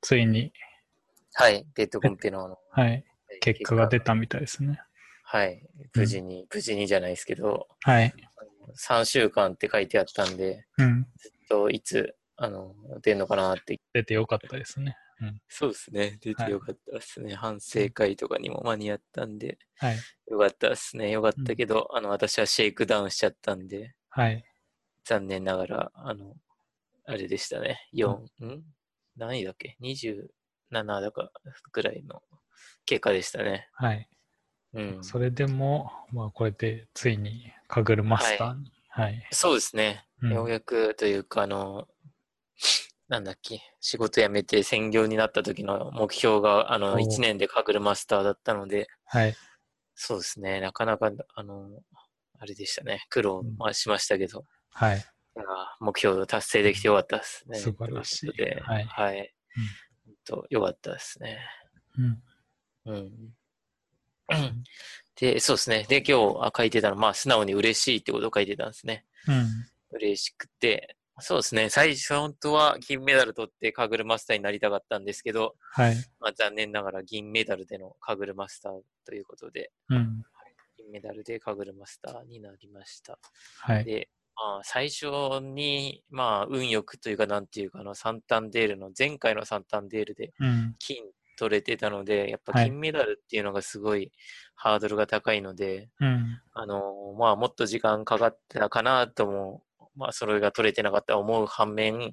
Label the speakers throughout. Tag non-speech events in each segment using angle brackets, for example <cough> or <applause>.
Speaker 1: ついに、
Speaker 2: はい、デッドコンピのあの
Speaker 1: はい、 <laughs> 結果が出たみたいですね。
Speaker 2: はい、無事に、無事にじゃないですけど、
Speaker 1: はい。
Speaker 2: 3週間って書いてあったんで、
Speaker 1: うん。
Speaker 2: といつ、あの、出んのかなって。
Speaker 1: 出てよかったですね。
Speaker 2: そうですね、出
Speaker 1: てよ
Speaker 2: かったですね。反省会とかにも間に合ったんで、
Speaker 1: はい。
Speaker 2: よかったですね。よかったけど、あの、私はシェイクダウンしちゃったんで、
Speaker 1: はい。
Speaker 2: 残念ながら、あの、あれでしたね。4、ん何位だっけ ?27 だかぐらいの結果でしたね。
Speaker 1: はい。
Speaker 2: うん。
Speaker 1: それでも、まあ、これでついに、カグルマスターに。はい。
Speaker 2: そうですね。
Speaker 1: うん
Speaker 2: ようやくというか、あの、なんだっけ、仕事辞めて専業になった時の目標が、あ
Speaker 1: お
Speaker 2: の、
Speaker 1: ー
Speaker 2: 1年でカグルマスターだったので、
Speaker 1: はい。
Speaker 2: そうですね、なかなか、あの、あれでしたね、苦労
Speaker 1: うん
Speaker 2: はしましたけど、
Speaker 1: はい。
Speaker 2: いやー目標を達成できてよかったですね。
Speaker 1: 素晴らしい
Speaker 2: とうことで
Speaker 1: は
Speaker 2: はいい。ほんと、よかったですね。
Speaker 1: うん。
Speaker 2: うん。で、そうですね。で、今日あ書いてたのは、まあ、素直に嬉しいってことを書いてたんですね。
Speaker 1: うん。
Speaker 2: 嬉しくて、そうですね、最初本当は金メダル取ってカグルマスターになりたかったんですけど、
Speaker 1: はい。
Speaker 2: まあ、残念ながら銀メダルでのカグルマスターということで、
Speaker 1: うん。
Speaker 2: 銀メダルでカグルマスターになりました。
Speaker 1: はい。
Speaker 2: で、まあ、最初に、まあ、運よくというか、なんていうかあの、サンタンデールの、前回のサンタンデールで
Speaker 1: うん。
Speaker 2: 金取れてたので、やっぱ
Speaker 1: はい
Speaker 2: 金メダルっていうのがすごいハードルが高いので、
Speaker 1: うん。
Speaker 2: あのまあ、もっと時間かかってたかなとも、まあ、それが取れてなかったと思う反面、
Speaker 1: う
Speaker 2: ま
Speaker 1: ん。
Speaker 2: あ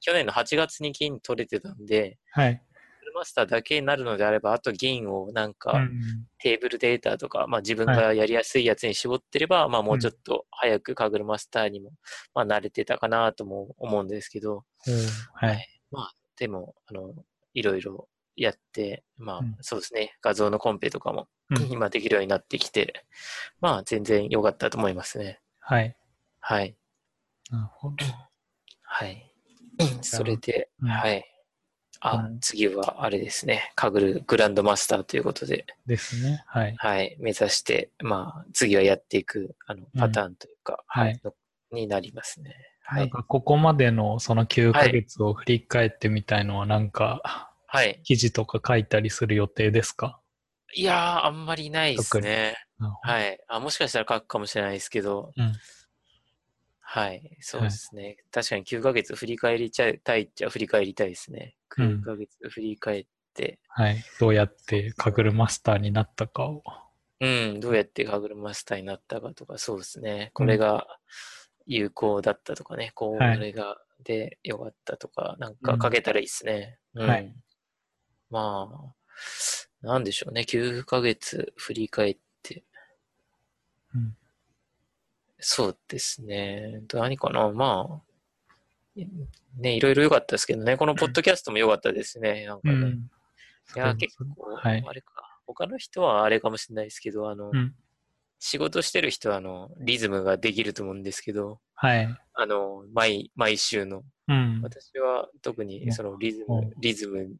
Speaker 2: 去年の8月に金取れてたんで、
Speaker 1: はい。
Speaker 2: フルマスターだけになるのであれば、あと銀をなん
Speaker 1: う
Speaker 2: か
Speaker 1: ん。
Speaker 2: テーブルデータとか、まあ、自分
Speaker 1: はい
Speaker 2: がやりやすいやつに絞ってれば、まあ、もううんちょっと早くカグルマスターにも、まあ、慣れてたかなとも思うんですけど、
Speaker 1: おーはい。
Speaker 2: でも、あのいろいろやって、まあ
Speaker 1: うん、
Speaker 2: そうですね、画像のコンペとかも
Speaker 1: うん
Speaker 2: 今できるようになってきて、まあ、全然良かったと思いますね。
Speaker 1: はい。
Speaker 2: はい。
Speaker 1: なるほど。
Speaker 2: はい。それで、
Speaker 1: うん
Speaker 2: はい。あ
Speaker 1: う、ん
Speaker 2: 次はあれですね。カグルグランドマスターということで、
Speaker 1: ですね。はい。
Speaker 2: はい。目指して、まあ、次はやっていく、あの、パターンというか、
Speaker 1: はい
Speaker 2: はい。のになりますね。は
Speaker 1: なん
Speaker 2: い。
Speaker 1: かここまでのその9ヶ月を振り返ってみたいのはなんか
Speaker 2: はい。
Speaker 1: 記事とか書いたりする予定ですか、
Speaker 2: いやー、あんまりないですね。
Speaker 1: い。
Speaker 2: はい。あ、もしかしたら書くかもしれないですけど、
Speaker 1: うん
Speaker 2: はい。そうですね。確かに9ヶ月振り返りちゃいたいっちゃ振り返りたいですね。
Speaker 1: うん
Speaker 2: 9ヶ月振り返って、
Speaker 1: はい。どうやってカグルマスターになったかを。
Speaker 2: うん、どうやってカグルマスターになったかとか、そうですね。これが有効だったとかね、こう、こ
Speaker 1: はい
Speaker 2: れがで良かったとか、なんか
Speaker 1: うん
Speaker 2: 書けたらいいですね。うん
Speaker 1: はい
Speaker 2: まあ、なんでしょうね、9ヶ月振り返って。
Speaker 1: うん
Speaker 2: そうですね。何かな、まあ、ね、いろいろ良かったですけどね、このポッドキャストも良かったですね、なんか
Speaker 1: う
Speaker 2: ね。
Speaker 1: ん。
Speaker 2: いや、結構、
Speaker 1: はい
Speaker 2: あれか。他の人はあれかもしれないですけど、あの、
Speaker 1: うん
Speaker 2: 仕事してる人は、あの、リズムができると思うんですけど、
Speaker 1: はい。
Speaker 2: あの、毎、毎週の。
Speaker 1: うん。
Speaker 2: 私は特
Speaker 1: うん
Speaker 2: にそのリズ
Speaker 1: うん
Speaker 2: ム、リズム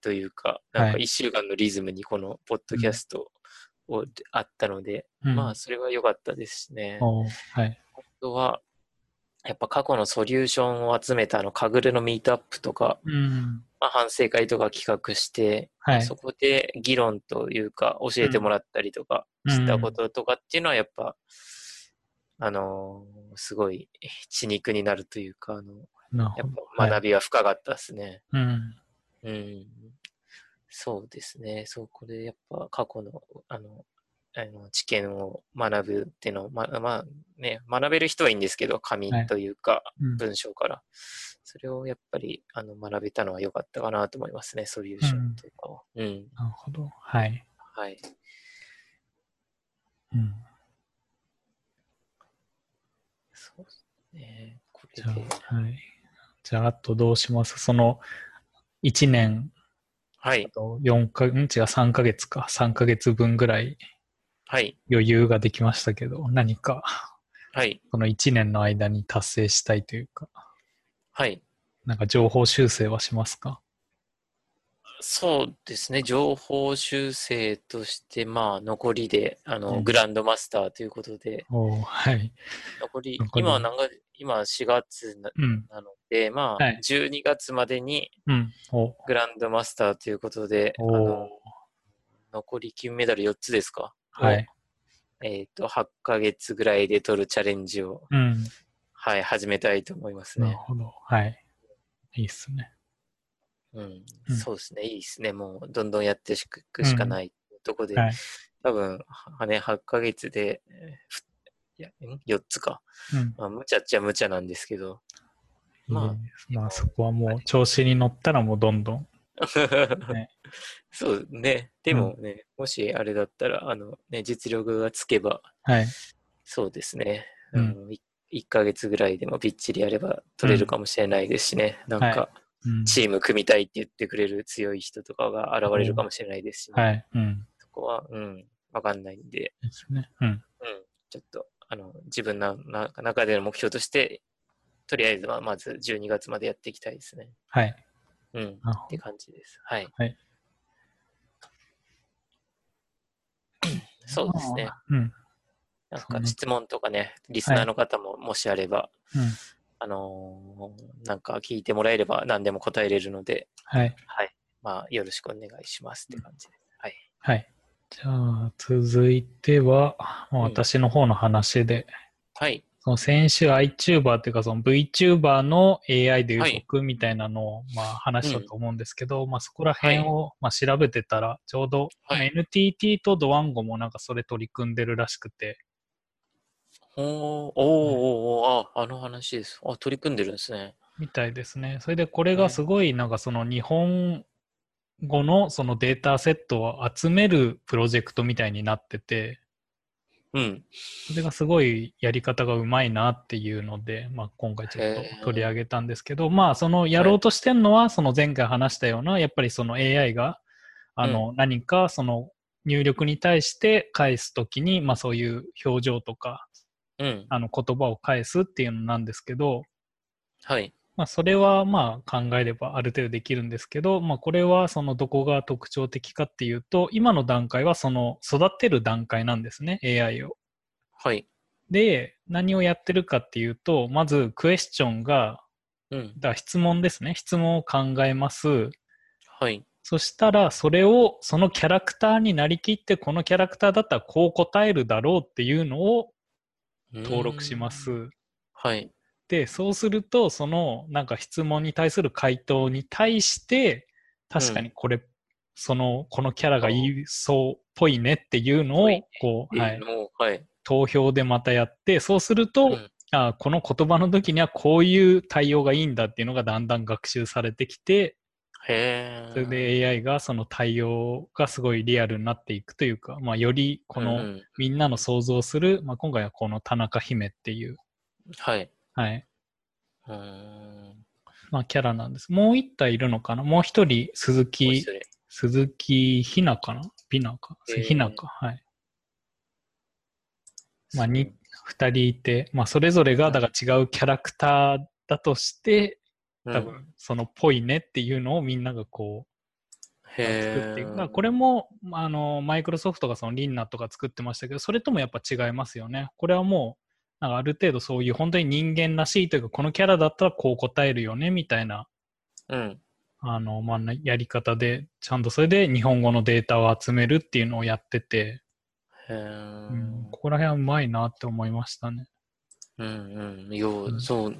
Speaker 2: というか、
Speaker 1: はい
Speaker 2: なんか一週間のリズムにこのポッドキャストを、あったので、
Speaker 1: うん
Speaker 2: まあ、それは良かったですしね。
Speaker 1: おーはい。
Speaker 2: あとは、やっぱ過去のソリューションを集めたあの、カグルのミートアップとか、
Speaker 1: うん。
Speaker 2: まあ、反省会とか企画して、
Speaker 1: はい。
Speaker 2: そこで議論というか、教えてもらったりとか
Speaker 1: うん
Speaker 2: したこととかっていうのは、やっぱ、あのーすごい血肉になるというか、あの
Speaker 1: なる
Speaker 2: や
Speaker 1: ほ
Speaker 2: っ
Speaker 1: ど。
Speaker 2: ぱ学びは深かったですね。
Speaker 1: うん。
Speaker 2: うん。そうですね。そう、これやっぱ過去の、あの、あの知見を学ぶっていうのを、ま、まあね、学べる人はいいんですけど、紙
Speaker 1: はい
Speaker 2: というか、
Speaker 1: うん
Speaker 2: 文章から。それをやっぱり、あの、学べたのは良かったかなと思いますね、ソリューションというかを。うん、
Speaker 1: なるほど。はい。
Speaker 2: はい。
Speaker 1: うん。
Speaker 2: そうですね。こ
Speaker 1: じ
Speaker 2: れ
Speaker 1: ゃ
Speaker 2: で。
Speaker 1: あ、はい。じゃあ、あとどうしますその、1年
Speaker 2: はい
Speaker 1: あ。と4か、ん違う、3ヶ月か。3ヶ月分ぐらい
Speaker 2: はい。
Speaker 1: 余裕ができましたけど、何か、
Speaker 2: はい。
Speaker 1: この1年の間に達成したいというか、
Speaker 2: はい。
Speaker 1: なんか情報修正はしますか
Speaker 2: そうですね。情報修正として、まあ、残りで、あ
Speaker 1: う
Speaker 2: の、
Speaker 1: ん
Speaker 2: グランドマスターということで、
Speaker 1: おーはい。
Speaker 2: 残り、
Speaker 1: 残り
Speaker 2: 今は何が、今4月な
Speaker 1: うん。
Speaker 2: なので、まあ、
Speaker 1: はい
Speaker 2: 12月までに
Speaker 1: うん。お、
Speaker 2: グランドマスターということで、あ
Speaker 1: おー
Speaker 2: の残り金メダル4つですか。
Speaker 1: はい。
Speaker 2: えっ、と、8ヶ月ぐらいで取るチャレンジを、
Speaker 1: うん。
Speaker 2: はい、始めたいと思います
Speaker 1: なる
Speaker 2: ね。
Speaker 1: ほど。はい。いいっすね。
Speaker 2: うん。
Speaker 1: うん
Speaker 2: そうですね。いいですね。もう、どんどんやっていくしかないとこで、
Speaker 1: はい
Speaker 2: 多分、はね、8ヶ月で、えーふいやん4つか。
Speaker 1: うん。
Speaker 2: まあ、無茶っちゃ無茶なんですけど。まあ
Speaker 1: いいですまあ、そこはもう調子に乗ったらもうどんどん。
Speaker 2: <laughs> そうね。でもね、もしあれだったら、あの、ね、実力がつけば、
Speaker 1: はい。
Speaker 2: そうですね。
Speaker 1: う
Speaker 2: うんん、1, ヶ月ぐらいでもびっちりやれば取れるかもしれないですしね。なんか、
Speaker 1: うん、
Speaker 2: チーム組みたいって言ってくれる強い人とかが現れるかもしれないですし、ね
Speaker 1: はい。うん。
Speaker 2: そこは、うん、わかんないんで、
Speaker 1: ですね。うん。
Speaker 2: うん、ちょっと、あの、自分のな中での目標として、とりあえずはまず12月までやっていきたいですね。
Speaker 1: はい。
Speaker 2: うん、
Speaker 1: なるほ
Speaker 2: って感じです。はい。
Speaker 1: はい
Speaker 2: そうですね。
Speaker 1: どうん。
Speaker 2: なん
Speaker 1: そ
Speaker 2: か
Speaker 1: んな
Speaker 2: 質問とかね、リスナーの方ももしあれば、
Speaker 1: うん。
Speaker 2: あのーなんか聞いてもらえれば何でも答えれるので、
Speaker 1: はい。
Speaker 2: はい。まあ、よろしくお願いしますって感じです。はい。
Speaker 1: はい。じゃあ、続いては、まあ
Speaker 2: うん
Speaker 1: 私の方の話で、
Speaker 2: はい。
Speaker 1: その先週 iTuber っていうか、その VTuber の AI で予
Speaker 2: はい
Speaker 1: 測みたいなのを、まあ話したと思うんですけど、まあそこら辺を、まあ調べてたら、ちょうど、まあ
Speaker 2: はい
Speaker 1: NTT とドワンゴもなんかそれ取り組んでるらしくて、
Speaker 2: おーおーおーあ、あの話です。あ、取り組んでるんですね。
Speaker 1: みたいですね。それでこれがすごいなんかその日本語のそのデータセットを集めるプロジェクトみたいになってて、
Speaker 2: うん。
Speaker 1: それがすごいやり方がうまいなっていうので、まあ、今回ちょっ
Speaker 2: へー
Speaker 1: と取り上げたんですけど、まあ、そのやろうとしてるのは、その前回話したような、やっぱりその AI が、あの、何かその入力に対して返すときに、まあそういう表情とか、
Speaker 2: うん。
Speaker 1: あの言葉を返すっていうのなんですけど、
Speaker 2: はい。
Speaker 1: まあそれはまあ考えればある程度できるんですけど、まあこれはそのどこが特徴的かっていうと、今の段階はその育てる段階なんですね、AI を。
Speaker 2: はい。
Speaker 1: で、何をやってるかっていうと、まずクエスチョンが、
Speaker 2: うん。
Speaker 1: だから質問ですね。質問を考えます。
Speaker 2: はい。
Speaker 1: そしたら、それをそのキャラクターになりきって、このキャラクターだったらこう答えるだろうっていうのを登録しま
Speaker 2: うーん。
Speaker 1: す。
Speaker 2: はい。
Speaker 1: で、そうすると、そのなんか質問に対する回答に対して、確かにこれ、その、このキャラが言いそうっぽいねっていうのを
Speaker 2: ぽいね、
Speaker 1: こう、はい、
Speaker 2: もう、はい。
Speaker 1: 投票でまたやって、そうすると、
Speaker 2: うん
Speaker 1: あこの言葉の時にはこういう対応がいいんだっていうのがだんだん学習されてきて、
Speaker 2: へえ。
Speaker 1: それで AI がその対応がすごいリアルになっていくというか、まあ、よりこ
Speaker 2: うん
Speaker 1: の
Speaker 2: うん
Speaker 1: みんなの想像する、まあ、今回はこの田中姫っていう、
Speaker 2: はい。
Speaker 1: はい
Speaker 2: うーん。
Speaker 1: まあ、キャラなんです。もう一体いるのかなもう一人鈴
Speaker 2: 面
Speaker 1: 木、
Speaker 2: 白い
Speaker 1: 鈴木ひなかな美なか
Speaker 2: へー
Speaker 1: ひなか。はい。まあ、に二人いて、まあ、それぞれがだから違うキャラクターだとして、
Speaker 2: うん
Speaker 1: 多分そのっぽいねっていうのをみんながこう作
Speaker 2: へ
Speaker 1: っていく、まあ
Speaker 2: え。
Speaker 1: これもまああのマイクロソフトがそのリンナとか作ってましたけどそれともやっぱ違いますよねこれはもうなんかある程度そういう本当に人間らしいというかこのキャラだったらこう答えるよねみたいな
Speaker 2: うん。
Speaker 1: あの、まあ、やり方でちゃんとそれで日本語のデータを集めるっていうのをやってて、
Speaker 2: へえ。
Speaker 1: うん、ここら辺はうまいなって思いましたね
Speaker 2: うんうん。よ
Speaker 1: うん
Speaker 2: う、そう。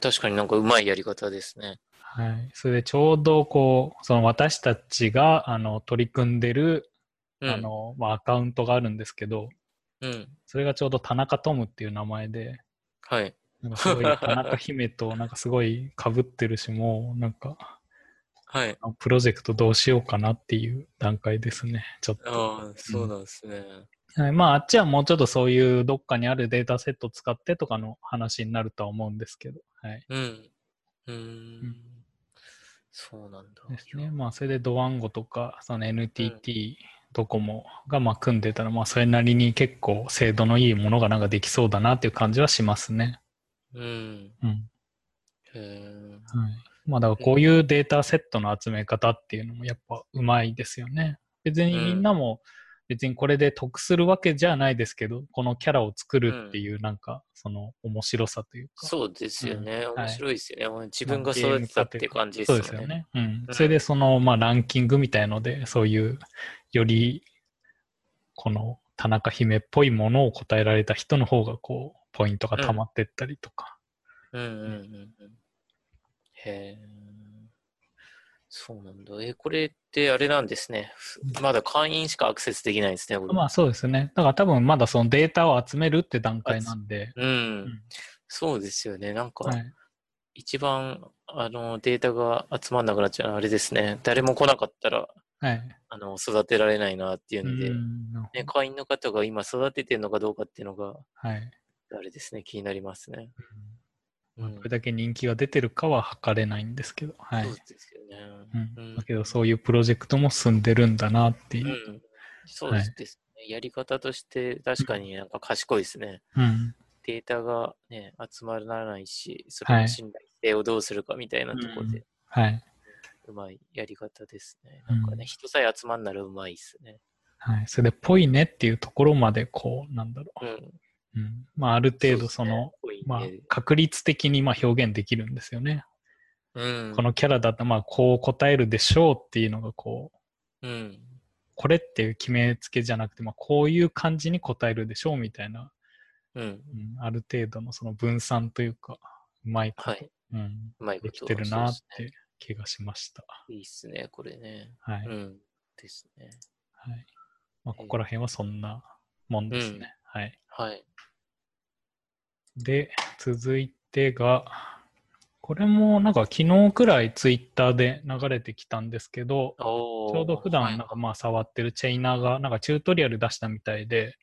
Speaker 2: 確かになんかうまいやり方ですね。
Speaker 1: はい、それでちょうどこうその私たちがあの取り組んでる、
Speaker 2: うん
Speaker 1: あのまあ、アカウントがあるんですけど、
Speaker 2: うん。
Speaker 1: それがちょうど田中トムっていう名前で、
Speaker 2: はい。
Speaker 1: なんかすごい田中姫となんかすごい被ってるし、もうなんか、
Speaker 2: はい。
Speaker 1: あプロジェクトどうしようかなっていう段階ですね、ちょっと。
Speaker 2: ああ、そうなんですね。
Speaker 1: はい、まあ、あっちはもうちょっとそういうどっかにあるデータセット使ってとかの話になるとは思うんですけど、はい。
Speaker 2: うん。うー
Speaker 1: うん
Speaker 2: ん。そうなんだ。
Speaker 1: ですね。まあ、それでドワンゴとか、その NTT、ドコモがまあ組んでたら、まあ、それなりに結構精度のいいものがなんかできそうだなっていう感じはしますね。
Speaker 2: うん。
Speaker 1: うん。
Speaker 2: へー
Speaker 1: はい、まあだからこういうデータセットの集め方っていうのもやっぱうまいですよね。別にみんなも別にこれで得するわけじゃないですけど、このキャラを作るっていう、なんか、その面白さというか。
Speaker 2: そうですよね。
Speaker 1: うんはい
Speaker 2: 面白いですよね。自分が育てたっていう感じです
Speaker 1: そう
Speaker 2: よね。
Speaker 1: ですよね。うん。それで、その、まあ、ランキングみたいので、そういう、より、この、田中姫っぽいものを答えられた人の方が、こう、ポイントが溜まってったりとか。
Speaker 2: うんうんうんうん。へえ。そうなんだ。え、これってあれなんですね。ふまだ会員しかアクセスできないんですね、これ
Speaker 1: まあ、そうですね。だから多分、まだそのデータを集めるって段階なんで、
Speaker 2: うん。
Speaker 1: ん
Speaker 2: そうですよね。なんか、
Speaker 1: はい。
Speaker 2: 一番、あの、データが集まんなくなっちゃうのはあれですね。誰も来なかったら、
Speaker 1: はい。
Speaker 2: あの、育てられないなっていう
Speaker 1: う
Speaker 2: ので、
Speaker 1: ん。
Speaker 2: ね、会員の方が今育ててるのかどうかっていうのが、
Speaker 1: はい。
Speaker 2: あれですね、気になりますね。うん
Speaker 1: これだけ人気が出てるかは測れないんですけど、はい
Speaker 2: そう。ですよね。
Speaker 1: う
Speaker 2: うん
Speaker 1: ん、だけど、そういうプロジェクトも進んでるんだなっていうう。
Speaker 2: ん、そうですね、やり方として確かになんか賢いですね。
Speaker 1: うん。
Speaker 2: データが、ね、集まらないし、それ
Speaker 1: は
Speaker 2: の
Speaker 1: い
Speaker 2: 信頼性をどうするかみたいなところで、
Speaker 1: はい。
Speaker 2: うまいやり方ですね。
Speaker 1: うん
Speaker 2: なんかね、人さえ集まんならうまいですね。
Speaker 1: はい。それで、ぽいねっていうところまで、こう、なんだろ
Speaker 2: うん。
Speaker 1: う。うん。まあ、ある程
Speaker 2: う
Speaker 1: 度、
Speaker 2: です
Speaker 1: そ
Speaker 2: ね
Speaker 1: の、、
Speaker 2: 濃いね
Speaker 1: まあ、確率的に、まあ、表現できるんですよね。
Speaker 2: うん、
Speaker 1: このキャラだと、まあ、こう答えるでしょうっていうのが、こう、
Speaker 2: うん、
Speaker 1: これっていう決めつけじゃなくて、まあ、こういう感じに答えるでしょうみたいな、
Speaker 2: うん、
Speaker 1: うん、ある程度のその分散というか、うまいこと、
Speaker 2: はい、
Speaker 1: うん、
Speaker 2: うまいこ
Speaker 1: でき
Speaker 2: と
Speaker 1: てるなっ
Speaker 2: そうで
Speaker 1: て気がしました。
Speaker 2: すねいいっすね、これね。
Speaker 1: はい。
Speaker 2: うん、ですね。
Speaker 1: はい。まあ、ここら辺はそんなもんですね。はい。
Speaker 2: はい。
Speaker 1: で、続いてが、これもなんか昨日くらいツイッターで流れてきたんですけど、
Speaker 2: ちょ
Speaker 1: ちょうど普段なんかまあ触ってるチェイナーがなんかチュートリアル出したみたいで、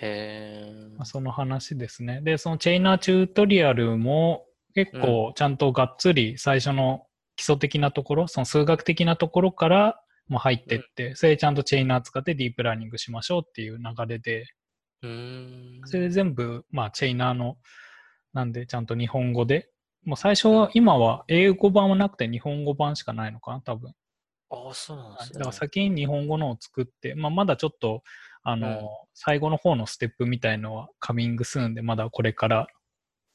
Speaker 2: へー
Speaker 1: まあ、その話ですね。で、そのチェイナーチュートリアルも結構ちゃんとがっつり最初の基礎的なところ、その数学的なところからも入ってって、それでちゃんとチェイナー使ってディープラーニングしましょうっていう流れで、
Speaker 2: うーん。
Speaker 1: それで全部、まあ、チェイナーの、なんで、ちゃんと日本語で。もう最初は、今は英語版はなくて日本語版しかないのかな、多分。
Speaker 2: ああ、そうなんですね。
Speaker 1: だから先に日本語のを作って、まあ、まだちょっと、あの、
Speaker 2: うん
Speaker 1: 最後の方のステップみたいのはカミングスーンで、まだこれから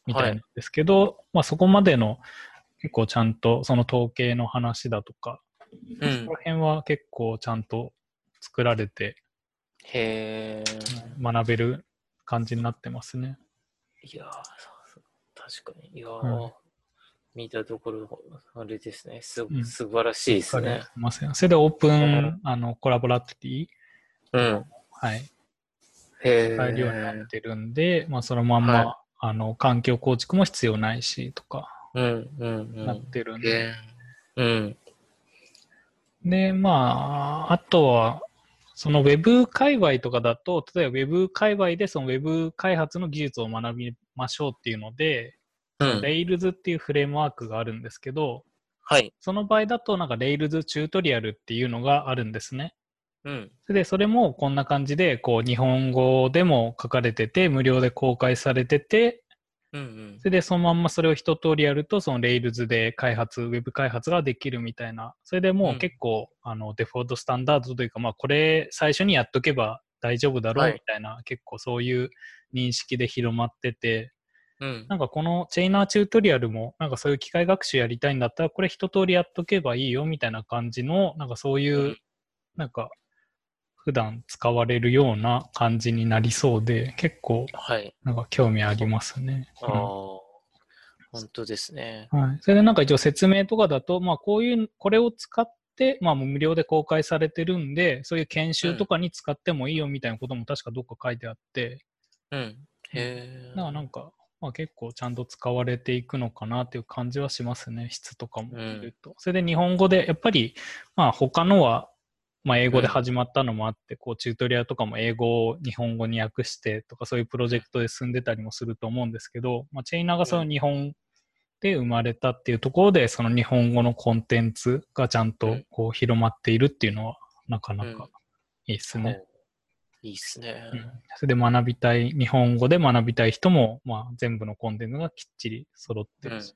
Speaker 1: みたいなん
Speaker 2: は
Speaker 1: ですけど、まあそこまでの結構ちゃんとその統計の話だとか、
Speaker 2: う
Speaker 1: そ
Speaker 2: ん
Speaker 1: こ、ら辺は結構ちゃんと作られて
Speaker 2: へえ。
Speaker 1: 学べる感じになってますね。
Speaker 2: いやーそうそう確かに。いやー、
Speaker 1: はい
Speaker 2: 見たところ、あれですね。す
Speaker 1: うん
Speaker 2: 素晴らしいですね。
Speaker 1: すいません。それでオープン、
Speaker 2: うん
Speaker 1: あのコラボラティ、
Speaker 2: うん。
Speaker 1: はい、
Speaker 2: へ
Speaker 1: 使えるようにな
Speaker 2: え
Speaker 1: っ。てるんで、まあ、そのまんま、
Speaker 2: は
Speaker 1: あの環境構築も必要ないしとか
Speaker 2: うんうんう
Speaker 1: なっ
Speaker 2: ん。
Speaker 1: てるんで。
Speaker 2: へえ。うん。
Speaker 1: で、まあ、あとは、その Web 界隈とかだと、例えば Web 界隈でその Web 開発の技術を学びましょうっていうので、
Speaker 2: うん。
Speaker 1: Rails っていうフレームワークがあるんですけど、
Speaker 2: はい。
Speaker 1: その場合だとなんか Rails チュートリアルっていうのがあるんですね。
Speaker 2: うん。
Speaker 1: それで、それもこんな感じで、こう、日本語でも書かれてて、無料で公開されてて、
Speaker 2: うんうん
Speaker 1: そ。れで、そのまんまそれを一通りやると、その Rails で開発、ウェブ開発ができるみたいな、それでも
Speaker 2: うん
Speaker 1: う結構、あのデフォルトスタンダードというか、まあ、これ、最初にやっとけば大丈夫だろ
Speaker 2: は
Speaker 1: う
Speaker 2: い
Speaker 1: みたいな、結構そういう認識で広まってて、
Speaker 2: うん。
Speaker 1: なんかこのチェイナーチュートリアルも、なんかそういう機械学習やりたいんだったら、これ一通りやっとけばいいよみたいな感じの、なんかそういう、
Speaker 2: うん
Speaker 1: なんか、普段使われるような感じになりそうで、結構、
Speaker 2: はい。
Speaker 1: なんか興味ありますね。
Speaker 2: ああ。本当ですね。
Speaker 1: うんはい。それでなんか一応説明とかだと、まあこういう、これを使って、まあもう無料で公開されてるんで、そういう研修とかに使ってもいいよみたいなことも確かどっか書いてあって、
Speaker 2: うん。へえ。
Speaker 1: だからなんか、まあ、結構ちゃんと使われていくのかなっていう感じはしますね、質とかも見ると。それで日本語で、やっぱり、まあ、他のは、まあ、英語で始まったのもあって、こう、チュートリアルとかも英語を日本語に訳してとか、そういうプロジェクトで進んでたりもすると思うんですけど、まあ、チェイナーがその日本で生まれたっていうところで、その日本語のコンテンツがちゃん
Speaker 2: う
Speaker 1: と
Speaker 2: ん
Speaker 1: こう広まっているっていうのは、なかな
Speaker 2: うん
Speaker 1: かいいですね。
Speaker 2: ほう。いいっすね。
Speaker 1: それで学びたい、日本語で学びたい人も、まあ、全部のコンテンツがきっちり揃って
Speaker 2: うん
Speaker 1: るし、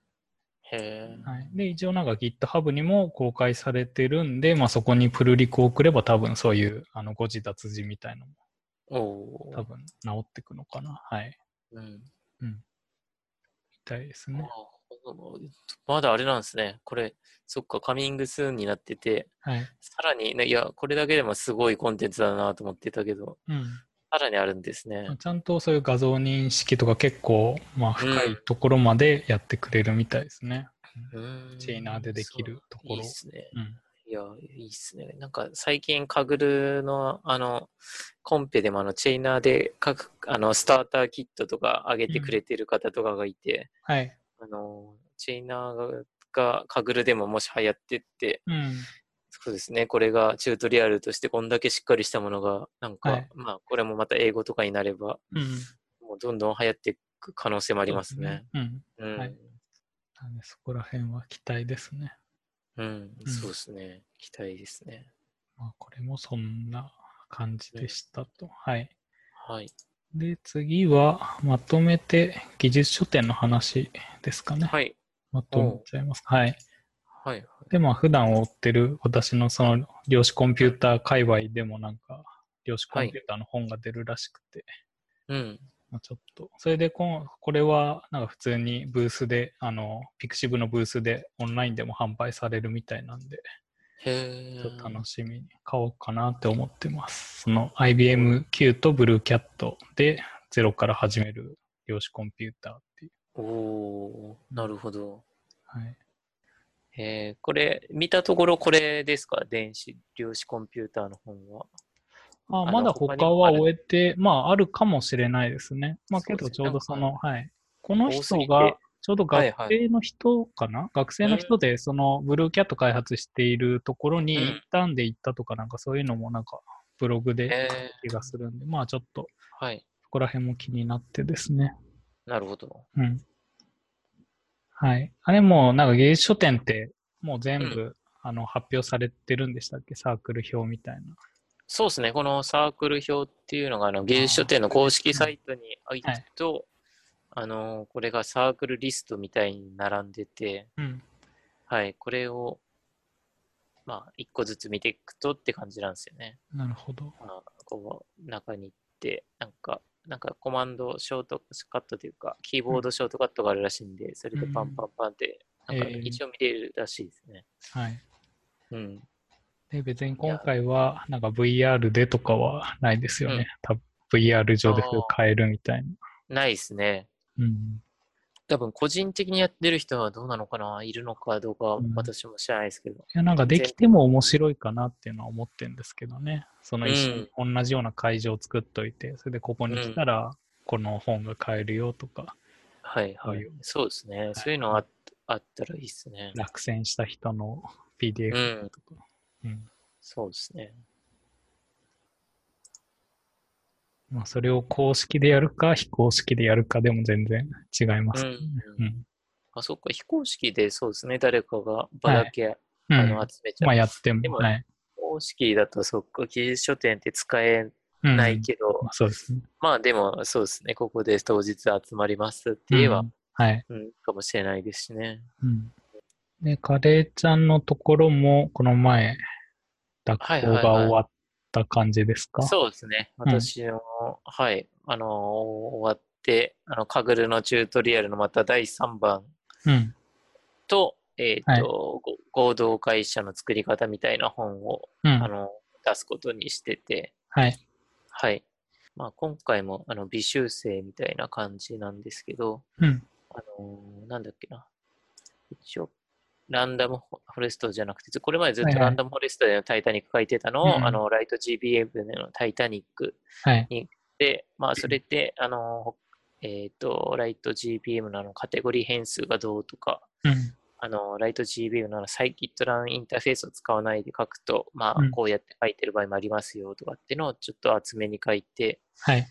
Speaker 2: へー
Speaker 1: はい、で、一応なんか GitHub にも公開されてるんで、まあ、そこにプルリクを送れば多分そういうあの誤字脱字みたいのも
Speaker 2: お
Speaker 1: 多
Speaker 2: ー
Speaker 1: 分治ってくのかな。はい。
Speaker 2: うん
Speaker 1: みたいです
Speaker 2: あ
Speaker 1: ね。
Speaker 2: ーまだあれなんですね。これ、そっか、カミングスーンになってて、
Speaker 1: はい。
Speaker 2: さらに、ね、いや、これだけでもすごいコンテンツだなと思ってたけど、
Speaker 1: うん。
Speaker 2: さらにあるんですね
Speaker 1: まあ。ちゃんとそういう画像認識とか結構、まあ、深いところまでやってくれるみたいですね。
Speaker 2: うん
Speaker 1: チェイナーでできるところ
Speaker 2: そういいですね。
Speaker 1: うん。
Speaker 2: いや、いいっすね。なんか最近、カグルの、あの、コンペでもあの、チェイナーで各、あの、スターターキットとか上げてくれてる方とかがいて、
Speaker 1: はい。
Speaker 2: あの、チェイナーがカグルでももし流行ってって、
Speaker 1: うん。
Speaker 2: そうですね、これがチュートリアルとしてこんだけしっかりしたものが、なんか、
Speaker 1: はい
Speaker 2: まあ、これもまた英語とかになれば、
Speaker 1: うん。
Speaker 2: もうどんどん流行っていく可能性もあ
Speaker 1: あ
Speaker 2: りますね。。
Speaker 1: うん。
Speaker 2: うん。
Speaker 1: はいなんでそこら辺は期待ですね。
Speaker 2: うん、
Speaker 1: うん
Speaker 2: そうですね。期待ですね。
Speaker 1: まあ、これもそんな感じでしたと。はい。
Speaker 2: はい。
Speaker 1: で、次は、まとめて技術書店の話ですかね。
Speaker 2: はい。
Speaker 1: まとめちゃいますか。はい。
Speaker 2: はい。はい
Speaker 1: で、まあ、普段追ってる私のその量子コンピューター界隈でもなんか、量子コンピューターの本が出るらしくて、
Speaker 2: うん。
Speaker 1: まあ、ちょっと、それでこん、これはなんか普通にブースで、あの、ピクシブのブースでオンラインでも販売されるみたいなんで、
Speaker 2: へ
Speaker 1: ちょっと
Speaker 2: ー
Speaker 1: 楽しみに買おうかなって思ってます。その IBMQ と BlueCat でゼロから始める量子コンピューターっていう。
Speaker 2: おー、なるほど。
Speaker 1: はい、
Speaker 2: えー、これ、見たところこれですか電子量子コンピューターの本は。
Speaker 1: あ
Speaker 2: あ
Speaker 1: まだ
Speaker 2: 他に
Speaker 1: 他
Speaker 2: も
Speaker 1: は
Speaker 2: ある
Speaker 1: 終えて、まああるかもしれないですね。まあ
Speaker 2: そう
Speaker 1: け
Speaker 2: です
Speaker 1: どち
Speaker 2: ね
Speaker 1: ょうどそ
Speaker 2: なん
Speaker 1: の、はい。この
Speaker 2: 多す
Speaker 1: 人
Speaker 2: ぎて
Speaker 1: が、ちょうど
Speaker 2: はい
Speaker 1: 学
Speaker 2: はい
Speaker 1: 生の人かな、学生の人で、そのブルーキャット開発しているところに
Speaker 2: うん
Speaker 1: インターンで行ったとかなんかそういうのもなんかブログで書
Speaker 2: へ
Speaker 1: く気がするんで、まあちょっと
Speaker 2: はい。
Speaker 1: そこら辺も気になってですね。
Speaker 2: なるほど。
Speaker 1: うん。はい。あれも、なんか芸術書店って、もう全部、
Speaker 2: う
Speaker 1: あの発表されてるんでしたっけサークル表みたいな。
Speaker 2: そうですね。このサークル表っていうのが、あの、芸術書店の公式サイトに行くと、あの、これがサークルリストみたいに並んでて、
Speaker 1: うん。
Speaker 2: はい、これを、まあ、一個ずつ見ていくとって感じなんですよね。
Speaker 1: なるほど。
Speaker 2: まあ、こう、中に行って、なんか、なんかコマンドショートカットというか、キーボードショートカットがあるらしいんで、それでパンパンパンって、なんか
Speaker 1: えー
Speaker 2: 一応見れるらしいですね。
Speaker 1: はい。
Speaker 2: うん。
Speaker 1: で、別に今回は、なんか VR でとかはないですよね。多分 VR 上でそれを変えるみたい
Speaker 2: ないですね。
Speaker 1: な。うん。
Speaker 2: 多分、個人的にやってる人はどうなのかないるのかどうかは
Speaker 1: うん
Speaker 2: 私も知らないですけど。
Speaker 1: いや、なんかできても面白いかなっていうのは思ってるんですけどね。その一緒に同じような会場を作っといて、それでここに来たら、この本が買えるよとか、
Speaker 2: はいは
Speaker 1: そう
Speaker 2: い
Speaker 1: いう。
Speaker 2: そうですね。そういうのあっあったらいいですね。
Speaker 1: 落選した人の
Speaker 2: う
Speaker 1: PDF
Speaker 2: ん。
Speaker 1: とか。うん
Speaker 2: そうですね。
Speaker 1: まあ、それを公式でやるか、非公式でやるかでも全然違いますけどね。
Speaker 2: うんあ、そっか、非公式でそうですね。誰かが場だけ、
Speaker 1: うん。
Speaker 2: あ
Speaker 1: うん
Speaker 2: の集めちゃう。
Speaker 1: まあ、やっても、
Speaker 2: でも
Speaker 1: はい。
Speaker 2: 公式だとそっか、技術書店って使え
Speaker 1: うん
Speaker 2: ないけど、
Speaker 1: まあ、そうですね。
Speaker 2: まあでもそうですね、ここで当日集まりますって言えば、
Speaker 1: うんはい。
Speaker 2: うんかもしれないですしね。
Speaker 1: うん。で、カレーちゃんのところも、この前、脱
Speaker 2: はい
Speaker 1: 稿
Speaker 2: はいは
Speaker 1: が
Speaker 2: い
Speaker 1: 終わった感じですか、
Speaker 2: そうですね、
Speaker 1: ん
Speaker 2: 私の、はい、あのー終わって、あの、カグルのチュートリアルのまた第3番
Speaker 1: うん。
Speaker 2: と、えっ、
Speaker 1: はい
Speaker 2: と、ご合同会社の作り方みたいな本を、
Speaker 1: う
Speaker 2: あ
Speaker 1: ん。
Speaker 2: の、出すことにしてて、
Speaker 1: はい。
Speaker 2: はい。まあ、今回もあの微修正みたいな感じなんですけど、
Speaker 1: うん。
Speaker 2: あのーなんだっけな。一応、ランダムフォレストじゃなくて、これまでずっ
Speaker 1: はい
Speaker 2: と
Speaker 1: はい
Speaker 2: ランダムフォレストでのタイタニック書いてたのを、
Speaker 1: うん
Speaker 2: あの、ライト GBM でのタイタニック
Speaker 1: はい。
Speaker 2: で、まあ、それで、あのーえっ、と、ライト GBM のあのカテゴリー変数がどうとか、
Speaker 1: うん。
Speaker 2: あの、ライト GBM のあのサイキットランインターフェースを使わないで書くと、まあ
Speaker 1: うん、
Speaker 2: こうやって書いてる場合もありますよとかっていうのをちょっと厚めに書いて、
Speaker 1: はい。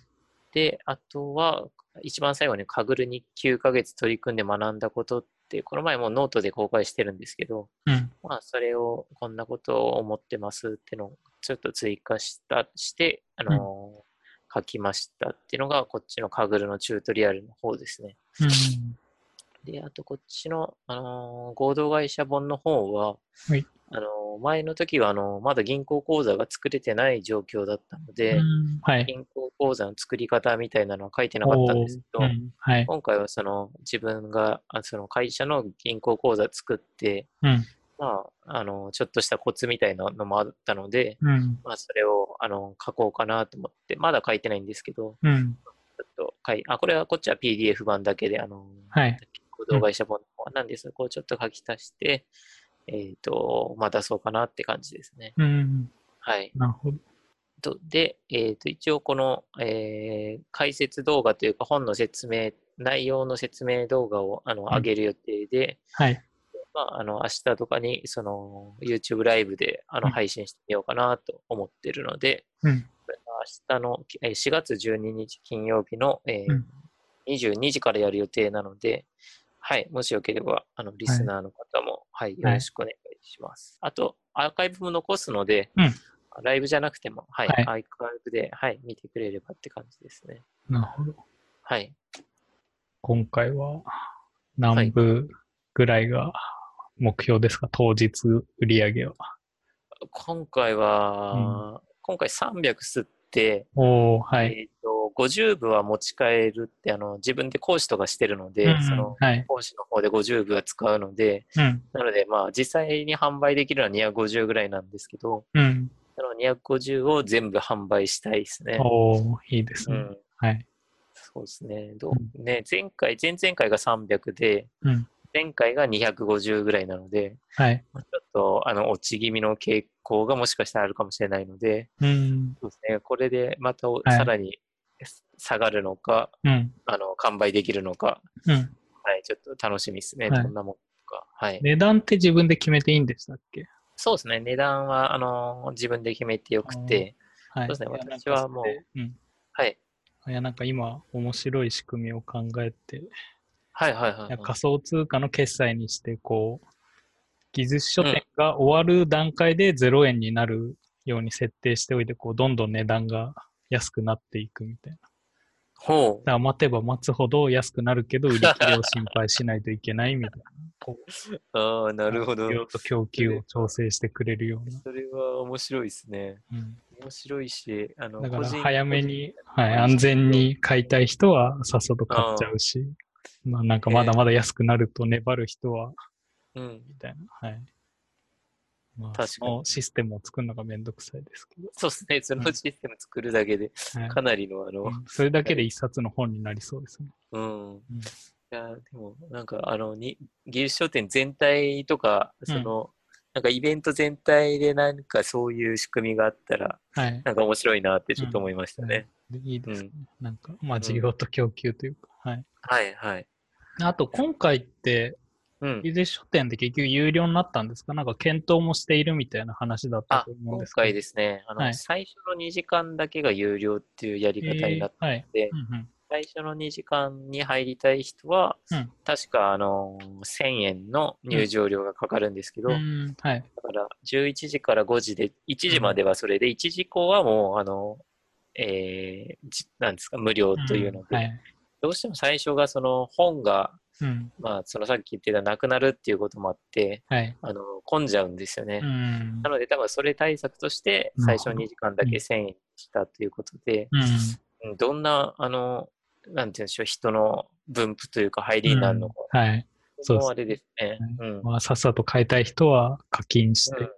Speaker 2: で、あとは、一番最後にカグルに9ヶ月取り組んで学んだことって、この前もうノートで公開してるんですけど、
Speaker 1: うん。
Speaker 2: まあ、それを、こんなことを思ってますってのを、ちょっと追加した、して、あのー書きましたっていうのが、こっちのカグルのチュートリアルの方ですね。
Speaker 1: うん。
Speaker 2: で、あとこっちの、あのー合同会社本の方は、
Speaker 1: はい
Speaker 2: あのー前の時は、あのーまだ銀行口座が作れてない状況だったので、
Speaker 1: うんはい。
Speaker 2: 銀行口座の作り方みたいなのは書いてなかったんですけど、
Speaker 1: おーうんはい。
Speaker 2: 今回はその自分があその会社の銀行口座作って、
Speaker 1: うん。
Speaker 2: まあ、あのちょっとしたコツみたいなのもあったので、
Speaker 1: うん。
Speaker 2: まあ、それをあの書こうかなと思って、まだ書いてないんですけど、
Speaker 1: うん。
Speaker 2: ちょっと書いあこれはこっちは PDF 版だけで、あの
Speaker 1: はい。
Speaker 2: 行動会社本の方なんですが、こうちょっと書き足して、えっ、と、まあ、出そうかなって感じですね。
Speaker 1: うん。
Speaker 2: はい。
Speaker 1: なるほど。
Speaker 2: とで、えー、と一応この、えー解説動画というか本の説明、内容の説明動画をあの
Speaker 1: ん
Speaker 2: 上げる予定で、
Speaker 1: はい。
Speaker 2: まあ、あの明日とかにその YouTube ライブであ
Speaker 1: う
Speaker 2: の
Speaker 1: ん
Speaker 2: 配信してみようかなと思ってるので、
Speaker 1: うん。
Speaker 2: これが明日のえー4月12日金曜日の、えー
Speaker 1: うん
Speaker 2: 22時からやる予定なので、はい、もしよければあのリスナーの方も、はいよろしくお願いします。あと、アーカイブも残すので、
Speaker 1: うん
Speaker 2: ライブじゃなくても、はい、
Speaker 1: はい
Speaker 2: アーカイブで、はい、見てくれればって感じですね。
Speaker 1: なるほど。
Speaker 2: はい、
Speaker 1: 今回は南部ぐらいが目標ですか、当日売り上げは。
Speaker 2: 今回は、今回300吸って、
Speaker 1: おおはい。
Speaker 2: えー、と50部は持ち帰るってあの自分で講師とかしてるので、
Speaker 1: うん
Speaker 2: その
Speaker 1: はい。
Speaker 2: 講師の方で50部は使うので、
Speaker 1: うん。
Speaker 2: なので、まあ、実際に販売できるのは250ぐらいなんですけど、
Speaker 1: うん。
Speaker 2: その250を全部販売したいですね。
Speaker 1: おおいいです
Speaker 2: う
Speaker 1: ね。
Speaker 2: ん、
Speaker 1: はい。
Speaker 2: そうですね。どうね前回、前々回が300で、
Speaker 1: うん。
Speaker 2: 前回が250ぐらいなので、
Speaker 1: はい。
Speaker 2: まあちょっと、あの、落ち気味の傾向がもしかしたらあるかもしれないので、
Speaker 1: うん。
Speaker 2: そうですね。これでまたお、
Speaker 1: い
Speaker 2: さらに下がるのか、
Speaker 1: うん。
Speaker 2: あの、完売できるのか、
Speaker 1: うん。
Speaker 2: はい、ちょっと楽しみですね。
Speaker 1: はい
Speaker 2: どんなもんか。はい。
Speaker 1: 値段って自分で決めていいんでしたっけ
Speaker 2: そうですね。値段は、あの、自分で決めてよくて、
Speaker 1: はい。
Speaker 2: そうですね
Speaker 1: いやなんか
Speaker 2: 私はもう
Speaker 1: それでうん。
Speaker 2: はい。
Speaker 1: いや、なんか今、面白い仕組みを考えて、い
Speaker 2: はいはいはいは
Speaker 1: や
Speaker 2: い。
Speaker 1: 仮想通貨の決済にして、こう、技術書店が終わる段階で0円になるように設定しておいて、こう、どんどん値段が安くなっていくみたいな。だ
Speaker 2: ほう。
Speaker 1: から待てば待つほど安くなるけど、売り切れを心配しないといけないみたいな。こう
Speaker 2: ああ、なるほど
Speaker 1: 需。要と供給を調整してくれるような。
Speaker 2: それは面白いですね。
Speaker 1: うん
Speaker 2: 面白いし、あの、
Speaker 1: だか
Speaker 2: 個
Speaker 1: ら
Speaker 2: 人
Speaker 1: 早め。に、はい、
Speaker 2: 個人
Speaker 1: 安全に買いたい人はさっさと買っちゃうし、まあなんかまだまだ安くなると粘る人は、
Speaker 2: うん。
Speaker 1: みたいな。はい。まあ、
Speaker 2: 確かに
Speaker 1: そのシステムを作るのがめんどくさいですけど。
Speaker 2: そうですね。そのシステム作るだけで、
Speaker 1: はい
Speaker 2: かなりの、あの、
Speaker 1: うんそれだけで一冊の本になりそうですね。
Speaker 2: うん。
Speaker 1: ん
Speaker 2: いや、でも、なんか、あの、に、技術商店全体とか、その、なんかイベント全体でなんかそういう仕組みがあったら、
Speaker 1: はい。
Speaker 2: なんか面白いなってちょっと思いましたね。
Speaker 1: でいいですね。
Speaker 2: う
Speaker 1: なんか、まあ
Speaker 2: ん
Speaker 1: 需要と供給というか。はい。
Speaker 2: はいはい。
Speaker 1: あと今回って、
Speaker 2: うん。
Speaker 1: ゆで書店って結局有料になったんですかなんか検討もしているみたいな話だった
Speaker 2: あ、
Speaker 1: と思うん
Speaker 2: 今
Speaker 1: ですけど。
Speaker 2: 回ですね、あの、
Speaker 1: はい
Speaker 2: 最初の2時間だけが有料っていうやり方になって
Speaker 1: えーはい。
Speaker 2: て、
Speaker 1: うんうん
Speaker 2: 最初の2時間に入りたい人は、
Speaker 1: うん
Speaker 2: 確か、あの1000円の入場料がかかるんですけど、
Speaker 1: う
Speaker 2: だ
Speaker 1: ん、はい。
Speaker 2: から11時から5時で、1時まではそれで、1時以降はもう、あの、えーじなんですか、無料というので、
Speaker 1: んはい。
Speaker 2: どうしても最初がその本が、
Speaker 1: うん、
Speaker 2: まあ、そのさっき言ってたなくなるっていうこともあって、
Speaker 1: はい。
Speaker 2: あの混んじゃうんですよね。
Speaker 1: うん
Speaker 2: な。ので、多分それ対策として、
Speaker 1: な
Speaker 2: 最
Speaker 1: るほ
Speaker 2: 初
Speaker 1: ど
Speaker 2: 2時間だけ1000円にしたということで、
Speaker 1: うん
Speaker 2: うんどんな、あの、なんて言うんでしょう、人の分布というか、入りになるのか、
Speaker 1: はい。そうです
Speaker 2: もあれですね。うん
Speaker 1: まあ、さっさと買いたい人は課金して。
Speaker 2: うん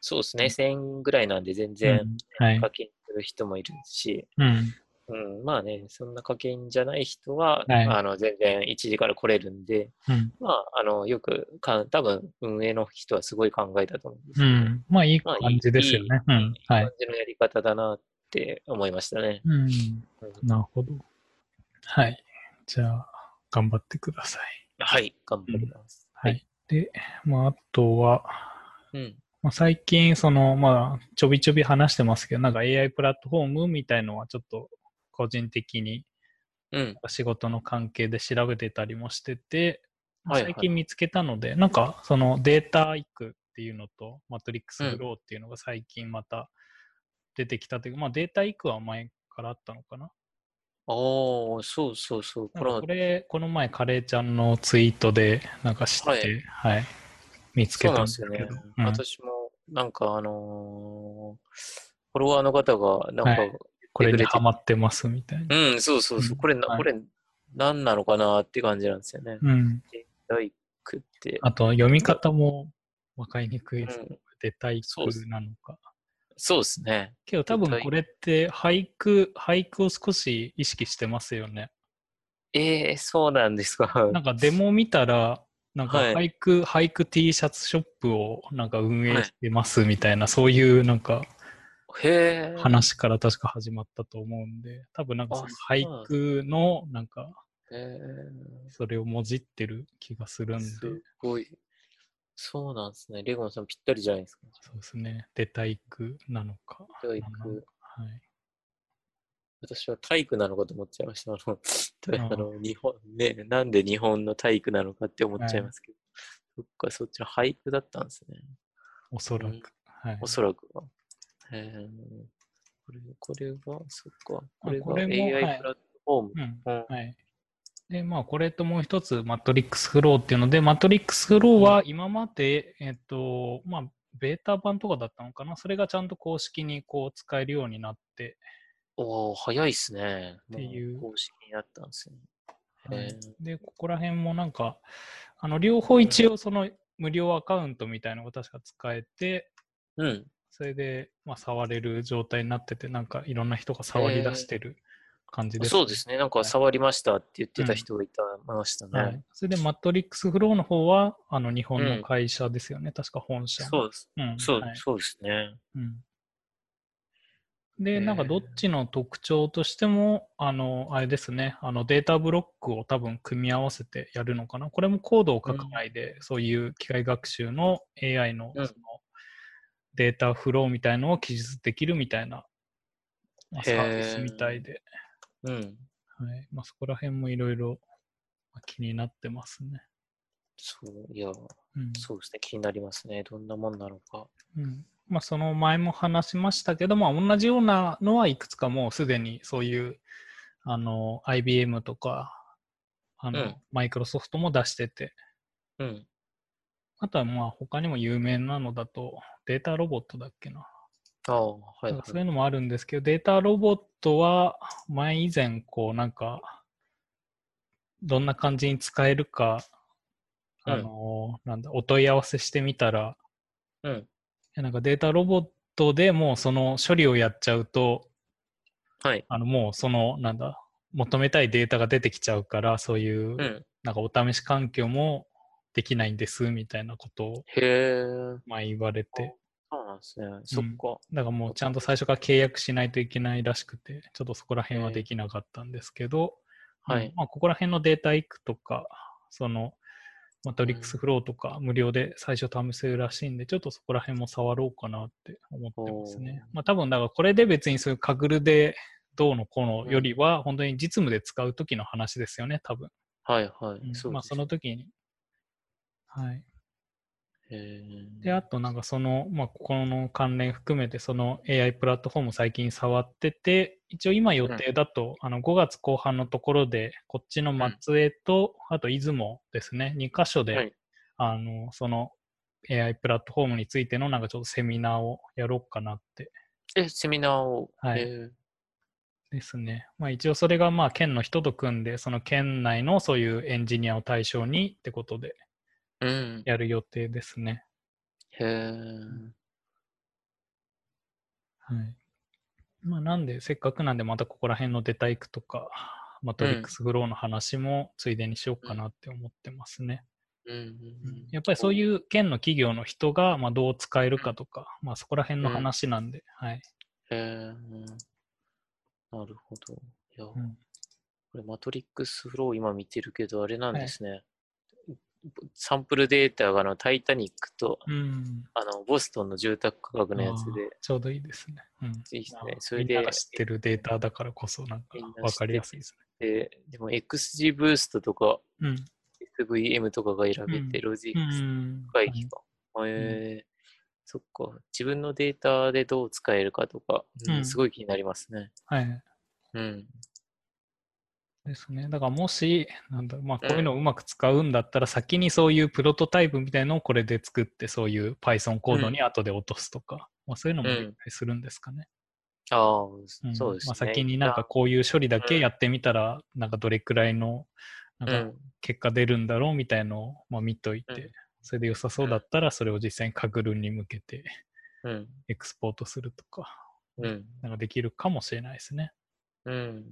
Speaker 2: そうですね、1000円ぐらいなんで、全然
Speaker 1: うんはい
Speaker 2: 課金する人もいるし、
Speaker 1: うん。
Speaker 2: うん、まあね、そんな課金じゃない人は、
Speaker 1: はい
Speaker 2: あの全然1時から来れるんで、
Speaker 1: うん。
Speaker 2: まあ、あのよくか、多分運営の人はすごい考えたと思うんです
Speaker 1: う
Speaker 2: けど
Speaker 1: ん。まあ、いい
Speaker 2: まあいい
Speaker 1: 感じですよね。う
Speaker 2: い
Speaker 1: ん
Speaker 2: い。
Speaker 1: は
Speaker 2: 感
Speaker 1: い。
Speaker 2: じのやり方だなって思いましたね。
Speaker 1: うん。
Speaker 2: うん
Speaker 1: なるほど。はい。じゃあ、頑張ってください。
Speaker 2: はい、頑張ります。
Speaker 1: はい。で、まあ、あとは、
Speaker 2: うん、
Speaker 1: まあ、最近、その、まあ、ちょびちょび話してますけど、なんか AI プラットフォームみたいのは、ちょっと個人的に
Speaker 2: うん、
Speaker 1: 仕事の関係で調べてたりもしてて、
Speaker 2: はいはい
Speaker 1: 最近見つけたので、なんかそのデータイクっていうのと、マトリックスフローっていうのが最近また出てきたというか、まあデータイクは前からあったのかな。
Speaker 2: ああ、そうそうそう。
Speaker 1: なん
Speaker 2: こ
Speaker 1: か
Speaker 2: れは
Speaker 1: これ、この前、カレーちゃんのツイートで、なんか知って、は
Speaker 2: はいい、
Speaker 1: 見つけ
Speaker 2: そうな
Speaker 1: た
Speaker 2: ん
Speaker 1: ん
Speaker 2: で
Speaker 1: ですす
Speaker 2: よ
Speaker 1: け
Speaker 2: ね
Speaker 1: ど。。うん
Speaker 2: 私も、なんかあのーフォロワーの方が、なんか、
Speaker 1: はいこれにハマってますみたいな。
Speaker 2: うん、そうそうそうう。
Speaker 1: ん
Speaker 2: これな、
Speaker 1: はい
Speaker 2: これ、何なのかなって感じなんですよね。
Speaker 1: うん。
Speaker 2: 大工って。
Speaker 1: あと、読み方も分かりにく
Speaker 2: う
Speaker 1: いです。
Speaker 2: ん、
Speaker 1: で、体
Speaker 2: そうです
Speaker 1: 育なのか。
Speaker 2: そうですね。
Speaker 1: けど多分これって俳句、俳句を少し意識してますよね。
Speaker 2: ええそうなんですか。
Speaker 1: なんかデモ見たら、なんか
Speaker 2: はい
Speaker 1: 俳句、俳句 T シャツショップをなんか運営してますみたいな、そういうなんか
Speaker 2: へえ。
Speaker 1: 話から確か始まったと思うんで、多分なんかその
Speaker 2: あ
Speaker 1: 俳句のなんか
Speaker 2: へえ
Speaker 1: それをもじってる気がするんで、
Speaker 2: す
Speaker 1: そう
Speaker 2: ごい。そうなんですね。レゴンさんぴったりじゃないですか。
Speaker 1: ですね。で、体育なのか。
Speaker 2: 体育
Speaker 1: なのかはい。
Speaker 2: 私は体育なのかと思っちゃいました。あの、
Speaker 1: あー
Speaker 2: あの日本、ね、なんで日本の体育なのかって思っちゃいますけど。そっか、そっちの俳句だったんですね。
Speaker 1: おそら
Speaker 2: うん
Speaker 1: く。はい。
Speaker 2: おそらくは。えー、これこれは、そっか、これが
Speaker 1: これも
Speaker 2: AI
Speaker 1: はい
Speaker 2: プラットフォーム。
Speaker 1: うん
Speaker 2: うん
Speaker 1: はい。で、まあ、これともう一つ、マトリックスフローっていうので、マトリックスフローは今まで、えっと、まあ、ベータ版とかだったのかなそれがちゃんと公式にこう使えるようになって、
Speaker 2: おお早いっすね。
Speaker 1: っていう
Speaker 2: も公式になったんですね。
Speaker 1: はい
Speaker 2: へ
Speaker 1: で、ここら辺もなんか、あの、両方一応その無料アカウントみたいなのが確か使えて、
Speaker 2: ーうん。
Speaker 1: それで、まあ、触れる状態になってて、なんかいろんな人が触り出してる感じです、
Speaker 2: そうですね。なんか触りましたって言ってた人がいた、ましたね、
Speaker 1: はい。それで、マトリックスフローの方は、あの、日本の会社ですよね。確か本社の。
Speaker 2: そうです。
Speaker 1: うん
Speaker 2: そう、
Speaker 1: はい
Speaker 2: そうですね。
Speaker 1: うんで、
Speaker 2: えー
Speaker 1: なんかどっちの特徴としても、あの、あれですね、あのデータブロックを多分組み合わせてやるのかな。これもコードを書かないで、そういう機械学習の AI の
Speaker 2: うん
Speaker 1: そのデータフローみたいのを記述できるみたいな、まあサ
Speaker 2: へー
Speaker 1: ービスみたいで、
Speaker 2: うん。
Speaker 1: はいまあ、そこら辺もいろいろまあ気になってますね。
Speaker 2: そう、いや、
Speaker 1: うん
Speaker 2: そうですね。気になりますね。どんなもんなのか。
Speaker 1: うんまあ、その前も話しましたけど、まあ、同じようなのはいくつかもうすでにそういうあの IBM とかあ
Speaker 2: う
Speaker 1: の
Speaker 2: ん
Speaker 1: マイクロソフトも出してて、
Speaker 2: うん。
Speaker 1: あとはまあ他にも有名なのだとデータロボットだっけな。
Speaker 2: ああ、はい、
Speaker 1: なん
Speaker 2: は
Speaker 1: かそうい
Speaker 2: い。
Speaker 1: うのもあるんですけど、データロボットは前以前こうなんかどんな感じに使えるか、あのなんだお問い合わせしてみたら、
Speaker 2: うん。
Speaker 1: いやなんかデータロボットでもうその処理をやっちゃうと、
Speaker 2: はい。
Speaker 1: あのもうそのなんだ、求めたいデータが出てきちゃうから、そういう、
Speaker 2: うん。
Speaker 1: なんかお試し環境もできないんですみたいなことを
Speaker 2: へえ。
Speaker 1: まあ言われて、
Speaker 2: そうなんですね。そっか。
Speaker 1: だからもうちゃんと最初から契約しないといけないらしくて、ちょっとそこら辺はできなかったんですけど、
Speaker 2: は
Speaker 1: う
Speaker 2: い
Speaker 1: んまあ、ここら辺のデータイクとか、そのマトリックスフローとか無料で最初試せるらしいんで、ちょっとそこら辺も触ろうかなって思ってますね。まあ多分だからこれで別にそういうカグルでどうのこうのよりは、本当に実務で使う時の話ですよね、多分。
Speaker 2: はい、はい。
Speaker 1: うん
Speaker 2: そう
Speaker 1: まあ
Speaker 2: です
Speaker 1: そ
Speaker 2: ね。
Speaker 1: の時に。はい。
Speaker 2: へ
Speaker 1: で、あとなんかその、まあ、ここの関連含めて、その AI プラットフォーム最近触ってて、一応今予定だと、あの5月後半のところで、こっちの松江と、あと出雲ですね、2箇所で、
Speaker 2: はい
Speaker 1: あの、その AI プラットフォームについてのなんかちょっとセミナーをやろうかなって
Speaker 2: え。え、セミナーを。
Speaker 1: はい
Speaker 2: へー
Speaker 1: ですね。まあ一応それがまあ県の人と組んで、その県内のそういうエンジニアを対象にってことで
Speaker 2: うん。
Speaker 1: やる予定ですね。
Speaker 2: へえ。
Speaker 1: はい。まあ、なんで、せっかくなんで、またここら辺のデタイクとか、マトリックスフローの話もついでにしようかなって思ってますね。
Speaker 2: うんうんうん。
Speaker 1: やっぱりそういう県の企業の人が、まあ、どう使えるかとか、まあ、そこら辺の話なんで、はい。
Speaker 2: へえ。なるほど。いや、
Speaker 1: ん
Speaker 2: これマトリックスフロー今見てるけど、あれなん
Speaker 1: はい
Speaker 2: ですね。サンプルデータがあのタイタニックと
Speaker 1: うん。
Speaker 2: あのボストンの住宅価格のやつ
Speaker 1: あー
Speaker 2: で、
Speaker 1: ちょうどいいですね。うん。
Speaker 2: いいです
Speaker 1: まあ
Speaker 2: ね。それ
Speaker 1: みんな
Speaker 2: で
Speaker 1: が、知ってるデータだからこそ、なんか
Speaker 2: みんな知ってる
Speaker 1: 分かりやすいです
Speaker 2: ででも XG ブーストとか
Speaker 1: ね。うん。
Speaker 2: SVM とかが選べて、ロジ
Speaker 1: う
Speaker 2: ックス
Speaker 1: ん。
Speaker 2: 会議か。へえ。そっか。自分のデータでどう使えるかとか、うん
Speaker 1: うん
Speaker 2: すごい気になりますね。
Speaker 1: はい。
Speaker 2: うん。
Speaker 1: ですね。だからもし、なんだまあ、こういうのをうまく使うんだったら、先にそういうプロトタイプみたいのをこれで作って、そういう Python コードに後で落とすとか、まあ、そういうのもできたりするんですかね。
Speaker 2: あ
Speaker 1: う
Speaker 2: あ、
Speaker 1: ん
Speaker 2: そうですね。
Speaker 1: まあ、先になんかこういう処理だけやってみたら、なんかどれくらいの
Speaker 2: う
Speaker 1: なんか
Speaker 2: ん
Speaker 1: 結果出るんだろうみたいのを、まあ、見といて、
Speaker 2: うん
Speaker 1: それで良さそうだったら、それを実際にカグルに向けて
Speaker 2: うん。
Speaker 1: エクスポートするとか、
Speaker 2: うん。
Speaker 1: なんかできるかもしれないですね。
Speaker 2: うん。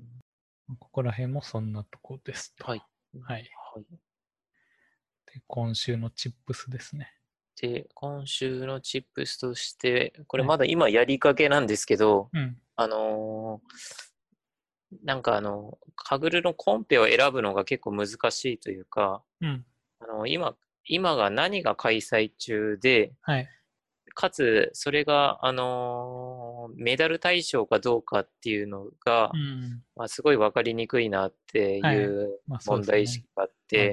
Speaker 1: ここら辺もそんなとこですと。
Speaker 2: はい。
Speaker 1: はい。
Speaker 2: はい。
Speaker 1: で今週のチップスですね。
Speaker 2: で、今週のチップスとして、これ
Speaker 1: はい
Speaker 2: まだ今やりかけなんですけど、
Speaker 1: うん。
Speaker 2: あのーなんかあの、カグルのコンペを選ぶのが結構難しいというか、
Speaker 1: うん。
Speaker 2: あの今、今が何が開催中で、
Speaker 1: はい。
Speaker 2: かつ、それが、あのーメダル対象かどうかっていうのが、
Speaker 1: うん。
Speaker 2: まあ、すごい分かりにくいなってい
Speaker 1: はいうまあそう
Speaker 2: 問
Speaker 1: ですね
Speaker 2: 題意識があって、
Speaker 1: まあ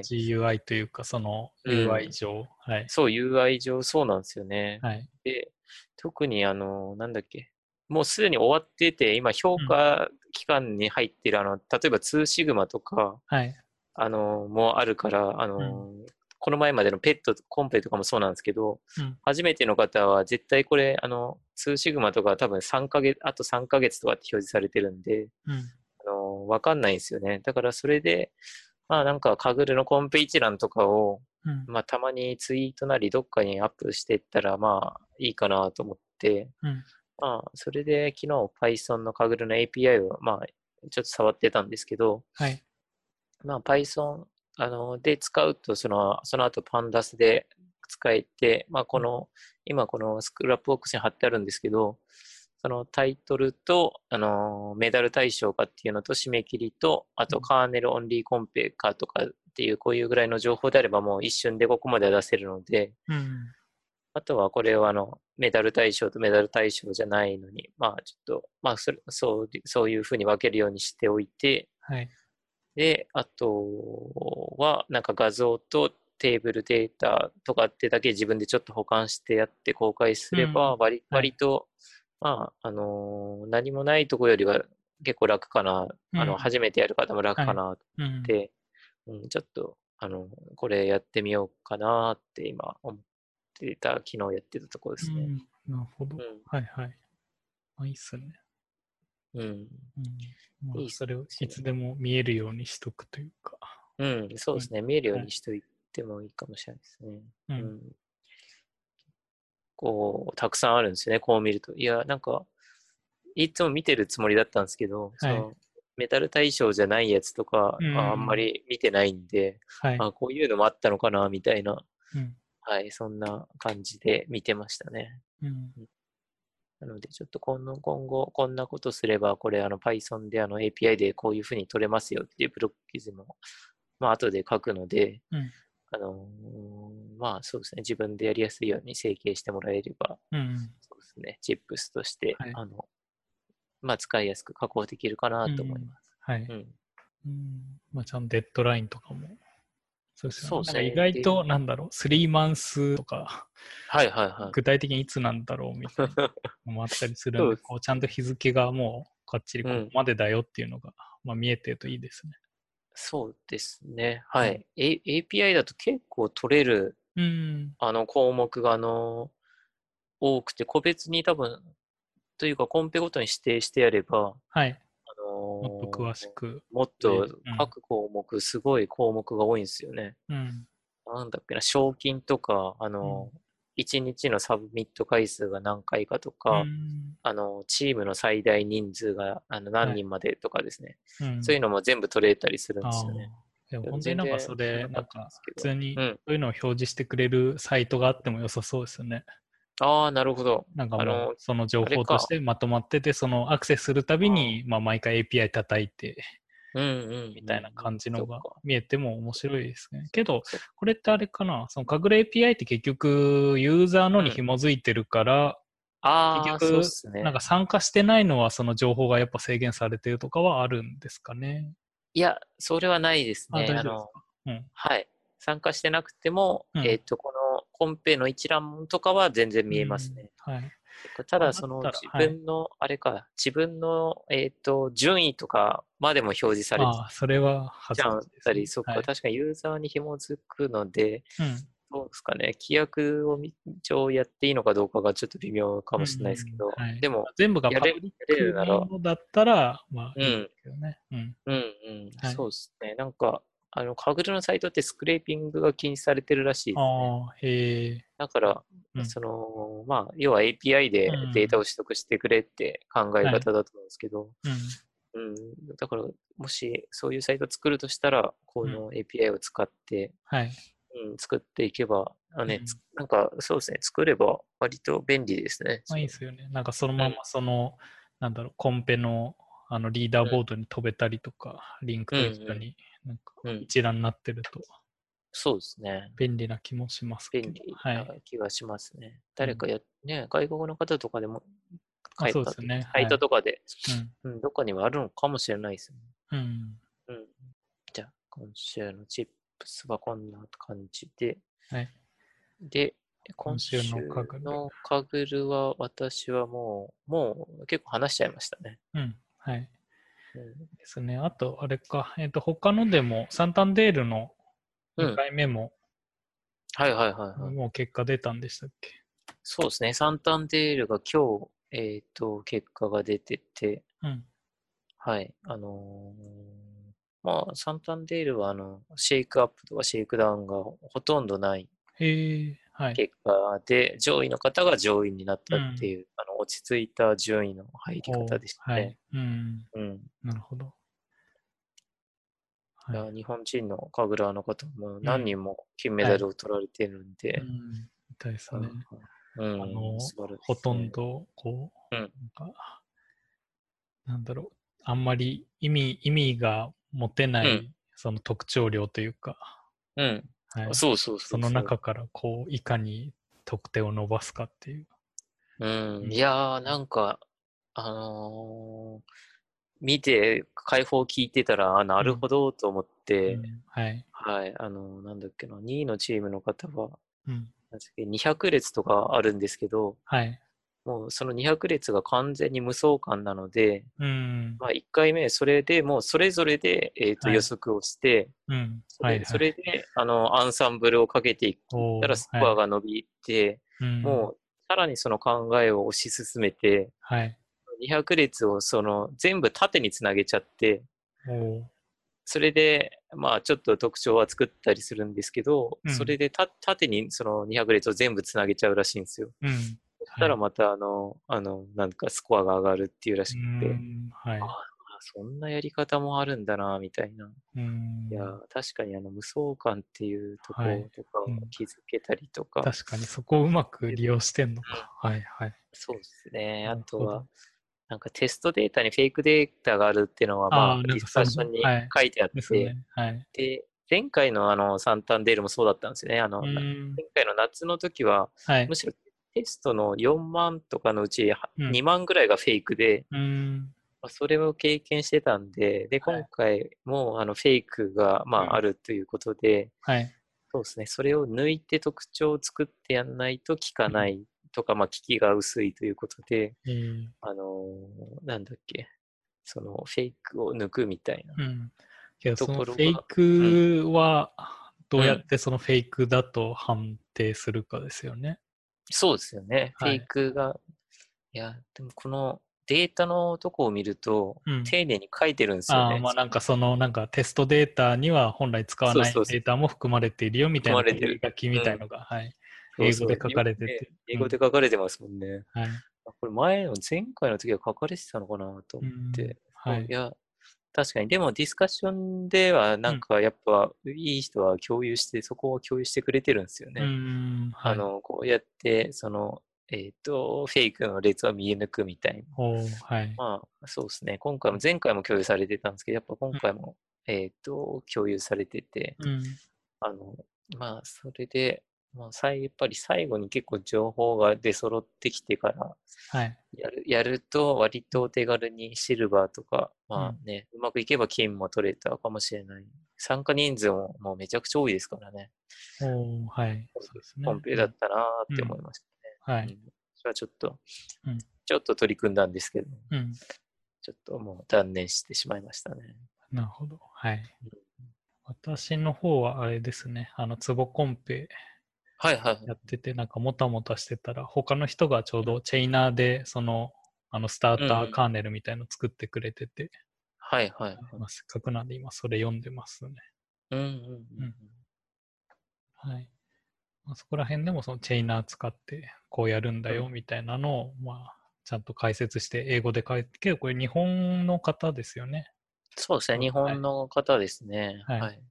Speaker 1: GUI というか、その
Speaker 2: うん
Speaker 1: UI 上。はい。
Speaker 2: そう、UI 上そうなんですよね。
Speaker 1: はい。
Speaker 2: で、特にあの、なんだっけ、もうすでに終わってて、今評価期間に入ってる、あの、例えば2シグマとか、
Speaker 1: はい。
Speaker 2: あの、もあるから、あの、この前までのペットコンペとかもそうなんですけど、
Speaker 1: うん
Speaker 2: 初めての方は絶対これ、あの、2シグマとか多分3ヶ月、あと3ヶ月とかって表示されてるんで、
Speaker 1: うん。
Speaker 2: あの、わかんないんですよね。だからそれで、まあなんか、カグルのコンペ一覧とかを、
Speaker 1: うん。
Speaker 2: まあ、たまにツイートなりどっかにアップしていったら、まあ、いいかなと思って、
Speaker 1: うん
Speaker 2: まあ、それで昨日 Python のカグルの API を、まあ、ちょっと触ってたんですけど、
Speaker 1: はい。
Speaker 2: まあ、Python あので使うとその、その後 Pandas で使えて、まあ、この、今このスクラップボックスに貼ってあるんですけど、そのタイトルと、あのメダル対象かっていうのと締め切りと、あ
Speaker 1: う
Speaker 2: と
Speaker 1: ん
Speaker 2: カーネルオンリーコンペかとかっていう、こういうぐらいの情報であればもう一瞬でここまでは出せるので、
Speaker 1: うん。
Speaker 2: あとはこれはあのメダル対象とメダル対象じゃないのに、まあちょっと、まあそれそうそういうふうに分けるようにしておいて、
Speaker 1: はい。
Speaker 2: で、あとはなんか画像とテーブルデータとかってだけ自分でちょっと保管してやって公開すれば
Speaker 1: うん
Speaker 2: 割、
Speaker 1: はい
Speaker 2: 割と、まあ、あのー何もないとこよりは結構楽かな、あ
Speaker 1: うん
Speaker 2: の初めてやる方も楽かなっ
Speaker 1: うん。
Speaker 2: て、うん、ちょっと、あの、これやってみようかなって今思ってた、昨日やってたところです
Speaker 1: う
Speaker 2: ね。
Speaker 1: んなるほど。はいはい。まあ、いいっすね。
Speaker 2: うん、うん、
Speaker 1: うん。ま
Speaker 2: いい
Speaker 1: あ、
Speaker 2: っす
Speaker 1: それを
Speaker 2: ね
Speaker 1: いつでも見えるようにしとくというか。
Speaker 2: うんそうですね。見えるよう
Speaker 1: はい
Speaker 2: にしておいてもいいかもしれないですね。
Speaker 1: う。
Speaker 2: うんんこう、たくさんあるんですよね、こう見ると。いや、なんか、いつも見てるつもりだったんですけど、そのメタル対象じゃないやつとか、
Speaker 1: うん
Speaker 2: ああんまり見てないんで、
Speaker 1: はい。
Speaker 2: あこういうのもあったのかな、みたいな、
Speaker 1: うん。
Speaker 2: はい、そんな感じで見てましたね。
Speaker 1: うん。
Speaker 2: なので、ちょっと今の今後、こんなことすれば、これ、あの Python であの API でこういうふうに取れますよっていうブロック記事も、まあ、後で書くので、
Speaker 1: うん
Speaker 2: あのーまあ、そうですね、自分でやりやすいように整形してもらえれば、
Speaker 1: うん。
Speaker 2: そうですね、チップスとして、
Speaker 1: はい
Speaker 2: あの、まあ、使いやすく加工できるかなと思います。
Speaker 1: はい。
Speaker 2: うん。
Speaker 1: うんまあ、ちゃんとデッドラインとかも。そうです
Speaker 2: そう
Speaker 1: よね。
Speaker 2: です
Speaker 1: なん
Speaker 2: ね
Speaker 1: か意外と、なんだろう、3マンスとか、
Speaker 2: はいはいはい。
Speaker 1: 具体的にいつなんだろうみたいなのもあったりする
Speaker 2: <laughs> そ
Speaker 1: ん
Speaker 2: う
Speaker 1: で、
Speaker 2: です
Speaker 1: こうちゃんと日付がもう、かっちりこ
Speaker 2: うん
Speaker 1: こまでだよっていうのが、まあ、見えてるといいですね。
Speaker 2: そうですね、はい、A- API だと結構取れる
Speaker 1: うん。
Speaker 2: あの項目があの多くて、個別に多分、というかコンペごとに指定してやれば、
Speaker 1: はい。
Speaker 2: あのー
Speaker 1: もっと詳しく。
Speaker 2: もっ
Speaker 1: う
Speaker 2: と
Speaker 1: ん
Speaker 2: 各項目、すごい項目が多いんですよね。
Speaker 1: うん。
Speaker 2: なんだっけな、賞金とか、あのー、1日のサブミット回数が何回かとか、
Speaker 1: うん
Speaker 2: あのー、チームの最大人数があの何
Speaker 1: はい
Speaker 2: 人までとかですね、
Speaker 1: うん
Speaker 2: そういうのも全部取れたりするんで
Speaker 1: あ
Speaker 2: す
Speaker 1: あ
Speaker 2: よね。
Speaker 1: でも本当になんかそれ、
Speaker 2: 全然知ら
Speaker 1: な
Speaker 2: なか
Speaker 1: ん
Speaker 2: ったん
Speaker 1: か
Speaker 2: ですけ
Speaker 1: 普
Speaker 2: ど
Speaker 1: 通に
Speaker 2: う
Speaker 1: そ
Speaker 2: ん
Speaker 1: ういうのを表示してくれるサイトがあっても良さそうですよね。
Speaker 2: ああ、なるほど。
Speaker 1: なんか
Speaker 2: あ
Speaker 1: も
Speaker 2: の
Speaker 1: うその情
Speaker 2: あれ
Speaker 1: 報と
Speaker 2: か
Speaker 1: してまとまってて、そのアクセスするたびに、まあ毎回 API 叩いて
Speaker 2: うんうん、
Speaker 1: みたいな感じのが
Speaker 2: そっか
Speaker 1: 見えても面白いですね。けど
Speaker 2: そっか、
Speaker 1: これってあれかな、その隠れ API って結局ユーザーのに紐づいてるから、
Speaker 2: ああ、
Speaker 1: 結
Speaker 2: そう
Speaker 1: 局
Speaker 2: っすね。
Speaker 1: なんか参加してないのはその情報がやっぱ制限されてるとかはあるんですかね。
Speaker 2: いや、それはないです
Speaker 1: あ、
Speaker 2: ね。
Speaker 1: 大丈夫で
Speaker 2: あ
Speaker 1: す
Speaker 2: の
Speaker 1: か、うん。
Speaker 2: はい。参加してなくても、
Speaker 1: うん
Speaker 2: えっ、と、このコンペの一覧とかは全然見えますね。
Speaker 1: うん。はい。
Speaker 2: ただ、その
Speaker 1: だっ
Speaker 2: 自
Speaker 1: たらはい
Speaker 2: 分の、あれか、自分の、えっ、と、順位とかまでも表示され
Speaker 1: ああ、それは恥
Speaker 2: ち
Speaker 1: ず
Speaker 2: ゃ
Speaker 1: か
Speaker 2: っ
Speaker 1: しいですね
Speaker 2: たり、そっか、
Speaker 1: はい
Speaker 2: 確かにユーザーに紐づくので、
Speaker 1: うん
Speaker 2: どうですかね、規約をみ上やっていいのかどうかがちょっと微妙かもしれないですけど、
Speaker 1: うんはい
Speaker 2: でも、
Speaker 1: 全部が
Speaker 2: や
Speaker 1: パブ
Speaker 2: れ
Speaker 1: リッ
Speaker 2: やれる
Speaker 1: ク
Speaker 2: な
Speaker 1: な
Speaker 2: ら
Speaker 1: のだったら、まあ
Speaker 2: う
Speaker 1: いい
Speaker 2: ん、
Speaker 1: けどね。うん。
Speaker 2: うん、うん、
Speaker 1: はい
Speaker 2: そうですね、なんか、あの、カグルのサイトってスクレーピングが禁止されてるらしいですね。
Speaker 1: ああ、へえ。
Speaker 2: だから、
Speaker 1: うん
Speaker 2: その、まあ、要は API で
Speaker 1: うん
Speaker 2: データを取得してくれって考え方だと思うんですけど、
Speaker 1: うん。
Speaker 2: うん、だから、もしそういうサイトを作るとしたら、この API を使って、
Speaker 1: はい。
Speaker 2: うん、作っていけば、あね、
Speaker 1: うん
Speaker 2: つなんかそうですね、作れば割と便利ですね。
Speaker 1: まあいいですよね。なんかそのままその、なんだろう、コンペのあのリーダーボードに飛べたりとか、リンクと一緒に、なんか
Speaker 2: うん、
Speaker 1: 一覧になってると
Speaker 2: そうですね。
Speaker 1: 便利な気もしますけど
Speaker 2: 便利。
Speaker 1: はい。
Speaker 2: な気がしますね。誰かや、ね、外国の方とかでも書い
Speaker 1: あそ
Speaker 2: たと、
Speaker 1: うですね
Speaker 2: 書い
Speaker 1: は
Speaker 2: た
Speaker 1: い
Speaker 2: とかで、うん、どっかにもあるのかもしれないですね。
Speaker 1: うん。うん。
Speaker 2: うん、じゃあ、今週のチップスはこんな感じで、
Speaker 1: はい
Speaker 2: で、今
Speaker 1: 今
Speaker 2: 週
Speaker 1: 週のカグル
Speaker 2: のカグルは私はもう、もう結構話しちゃいましたね。
Speaker 1: うん。はい。
Speaker 2: うん
Speaker 1: ですね。あと、あれか。えっ、と、他のでも、サンタンデールの
Speaker 2: うん
Speaker 1: 2回目も、
Speaker 2: はいはいはい、はい。
Speaker 1: もう結果出たんでしたっけ
Speaker 2: そうですね、サンタンデールが今日、えっ、と、結果が出てて、
Speaker 1: うん。
Speaker 2: はい、あのーまあ、サンタンデールは、あの、シェイクアップとかシェイクダウンがほとんどない
Speaker 1: へえ。はい。
Speaker 2: 結果で、上位の方が上位になったっていう、あの落ち着いた順位の入り
Speaker 1: お
Speaker 2: 方でした
Speaker 1: は
Speaker 2: ね
Speaker 1: い。。うん。
Speaker 2: うん。
Speaker 1: なるほど。
Speaker 2: だから
Speaker 1: はい。
Speaker 2: 日本人の神楽の方も何人も金メ
Speaker 1: は
Speaker 2: ダ
Speaker 1: い
Speaker 2: ルを取られてるんで
Speaker 1: う、ん。みたいですね。
Speaker 2: うん、
Speaker 1: あの
Speaker 2: 素晴らしいです
Speaker 1: ほとん
Speaker 2: ね。
Speaker 1: ど、こう、
Speaker 2: うん
Speaker 1: なんか、なんだろう、あんまり意味、意味が持てない、
Speaker 2: うん
Speaker 1: その特徴量というか、
Speaker 2: うん、
Speaker 1: はい、
Speaker 2: そうそうそう
Speaker 1: その中から、こう、いかに得点を伸ばすかっていう。
Speaker 2: う、
Speaker 1: うんん
Speaker 2: いやー、なんか、あのー見て、解放聞いてたら、あ、なるほどと思って、
Speaker 1: うんはい。
Speaker 2: はい、あのーなんだっけな、2位のチームの方は、
Speaker 1: うん。
Speaker 2: なんだっけ200列とかあるんですけど、
Speaker 1: はい。
Speaker 2: もうその200列が完全に無相関なので、
Speaker 1: うん。
Speaker 2: まあ、1回目、それでもうそれぞれで、えーと
Speaker 1: はい
Speaker 2: 予測をして、
Speaker 1: うん。
Speaker 2: そ
Speaker 1: はい。
Speaker 2: れそれであのアンサンブルをかけていったらスコア
Speaker 1: が、
Speaker 2: が伸びて、
Speaker 1: うん
Speaker 2: もうさらにその考えを推し進めて、
Speaker 1: はい。
Speaker 2: 200列をその全部縦につなげちゃって
Speaker 1: おー
Speaker 2: それでまあちょっと特徴は作ったりするんですけど、
Speaker 1: うん
Speaker 2: それでた縦にその200列を全部つなげちゃうらしいんですよ。
Speaker 1: うん。
Speaker 2: そしたらまたあの、あのなんかスコアが上がるっていうらしくて、
Speaker 1: うん。はい。
Speaker 2: あそんなやり方もあるんだなみたいな。
Speaker 1: うん
Speaker 2: いやー確かにあの無双感っていうとこ
Speaker 1: はい
Speaker 2: とかを
Speaker 1: うん
Speaker 2: 気づけたりとか、
Speaker 1: 確かにそこをうまく利用してんのか。はいはい。
Speaker 2: そうですね。
Speaker 1: な
Speaker 2: あ
Speaker 1: る
Speaker 2: と
Speaker 1: ほど
Speaker 2: は、なんかテストデータにフェイクデータがあるっていうのは、ま
Speaker 1: あ
Speaker 2: あ、
Speaker 1: ー
Speaker 2: デ
Speaker 1: なん
Speaker 2: ィ
Speaker 1: か
Speaker 2: スカ
Speaker 1: そう
Speaker 2: ッションに
Speaker 1: はい
Speaker 2: 書いてあっ
Speaker 1: です
Speaker 2: て、
Speaker 1: ね。はい。
Speaker 2: で、前回のあの、サンタンデールもそうだったんですよね。あの、
Speaker 1: う
Speaker 2: 前
Speaker 1: ん
Speaker 2: 回の夏の時は、
Speaker 1: はい
Speaker 2: む。しろテストの4万とかのうちは
Speaker 1: うん
Speaker 2: 2万ぐらいがフェイクで、
Speaker 1: うん。
Speaker 2: まあそれを経験してたんで、で、
Speaker 1: はい
Speaker 2: 今回もあのフェイクが、ま
Speaker 1: うん
Speaker 2: あ、あるということで、
Speaker 1: はい。
Speaker 2: そうですね、それを抜いて特徴を作ってやんないと効かないとか、まあ、効きが薄いということで、
Speaker 1: えー
Speaker 2: あのーなんだっけ、そのフェイクを抜くみたいな。
Speaker 1: うん。けど、
Speaker 2: と
Speaker 1: そ
Speaker 2: こ
Speaker 1: の
Speaker 2: ろ
Speaker 1: フ
Speaker 2: が
Speaker 1: ェイクは、どうやってそのフェイクだと判定するかですよね。
Speaker 2: そうですよね、
Speaker 1: はい
Speaker 2: フェイクが。いや、でもこのデータのとこを見ると、
Speaker 1: うん
Speaker 2: 丁寧に書いてるんですよ
Speaker 1: あ
Speaker 2: ね。
Speaker 1: あ、まあなんかその、なんかテストデータには本来使わない
Speaker 2: そうそうそう
Speaker 1: データも含まれているよみたいな
Speaker 2: 含まれてる
Speaker 1: 書きみたいのが、はい。
Speaker 2: そう
Speaker 1: 英
Speaker 2: そ
Speaker 1: 語
Speaker 2: う
Speaker 1: で書かれてて。
Speaker 2: 英語で書かれてますもんね。
Speaker 1: はい。
Speaker 2: あこれ前の、前回の時は書かれてたのかなと
Speaker 1: う
Speaker 2: 思
Speaker 1: ん
Speaker 2: って。
Speaker 1: は
Speaker 2: うん
Speaker 1: い
Speaker 2: い。や、確かに。でも、ディスカッションでは、なんか、やっぱ、いい人は共有して、そこを共有してくれてるんですよね。
Speaker 1: うん。はい
Speaker 2: あ、の、こうやって、その、えっ、と、フェイクの列を見え抜くみたいな。
Speaker 1: おーはい。
Speaker 2: まあ、そうですね。今回も、前回も共有されてたんですけど、やっぱ今回も、えっ、と、共有されてて、
Speaker 1: うん。
Speaker 2: あの、まあ、それで、まあ、さいやっぱり最後に結構情報が出揃ってきてから、
Speaker 1: はい。
Speaker 2: やるやると割とお手軽にシルバーとか、まあね、うまくいけば金も取れたかもしれない。参加人数ももうめちゃくちゃ多いですからね。
Speaker 1: おーはい。そうですね。
Speaker 2: コンペだったなーって思いまし
Speaker 1: は
Speaker 2: た
Speaker 1: い
Speaker 2: ね。。はちょっと、
Speaker 1: うん
Speaker 2: ちょっと取り組んだんですけど、
Speaker 1: うん。
Speaker 2: ちょっともう断念してしまいましたね。
Speaker 1: なるほど。はい。私の方はあれですね、あの、ツボコンペ
Speaker 2: はいはい。
Speaker 1: やってて、なんかもたもたしてたら、他の人がちょうどチェイナーで、その、あの、スタータ
Speaker 2: うんうん
Speaker 1: ーカーネルみたいの作ってくれてて、
Speaker 2: はいはい。
Speaker 1: まあ、せっかくなんで今それ読んでますね。
Speaker 2: うんうんうんう
Speaker 1: うんん。はい。まあ、そこら辺でもそのチェイナー使ってこうやるんだよみたいなのを、まあ、ちゃんと解説して、英語で書いて、結構これ日本の方ですよね。
Speaker 2: そうですね、
Speaker 1: はい
Speaker 2: 日本の方ですね。は。
Speaker 1: はいい
Speaker 2: い、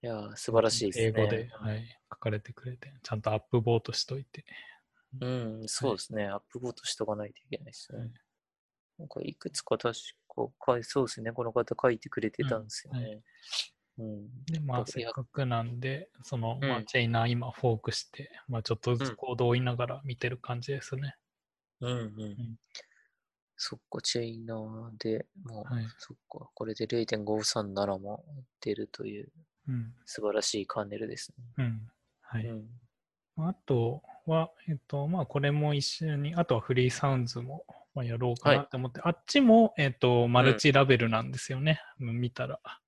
Speaker 2: やー、素晴らしいですね。
Speaker 1: 英語で、はい、書かれてくれて、ちゃんとアップボートしといて。
Speaker 2: うん、そうですね、アップボートしとかないといけないですね。
Speaker 1: はい
Speaker 2: なんかいくつか確か書い、そうですね、この方書いてくれてたんですよ
Speaker 1: うんは
Speaker 2: ね。うん、
Speaker 1: で、まあ、
Speaker 2: 僕
Speaker 1: せ
Speaker 2: や
Speaker 1: っかくなんで、その、ま
Speaker 2: う
Speaker 1: あ、
Speaker 2: ん
Speaker 1: チェイナー今フォークして、まあ、ちょっとず
Speaker 2: うん
Speaker 1: つ行動を追いながら見てる感じですね。
Speaker 2: うん、うん、
Speaker 1: ん
Speaker 2: そっか、チェイナーでもう、
Speaker 1: はい。
Speaker 2: そっか、これで0.537も出るという
Speaker 1: うん。
Speaker 2: 素晴らしいカーネルです
Speaker 1: うん。は
Speaker 2: ね。
Speaker 1: い。
Speaker 2: うん、
Speaker 1: あとは、えっと、まあ、これも一緒に、あとはフリーサウンズも、まあ、やろうかなって思って、あっちも、えっと、マルチラベルなんですよね、見たら。
Speaker 2: ああ、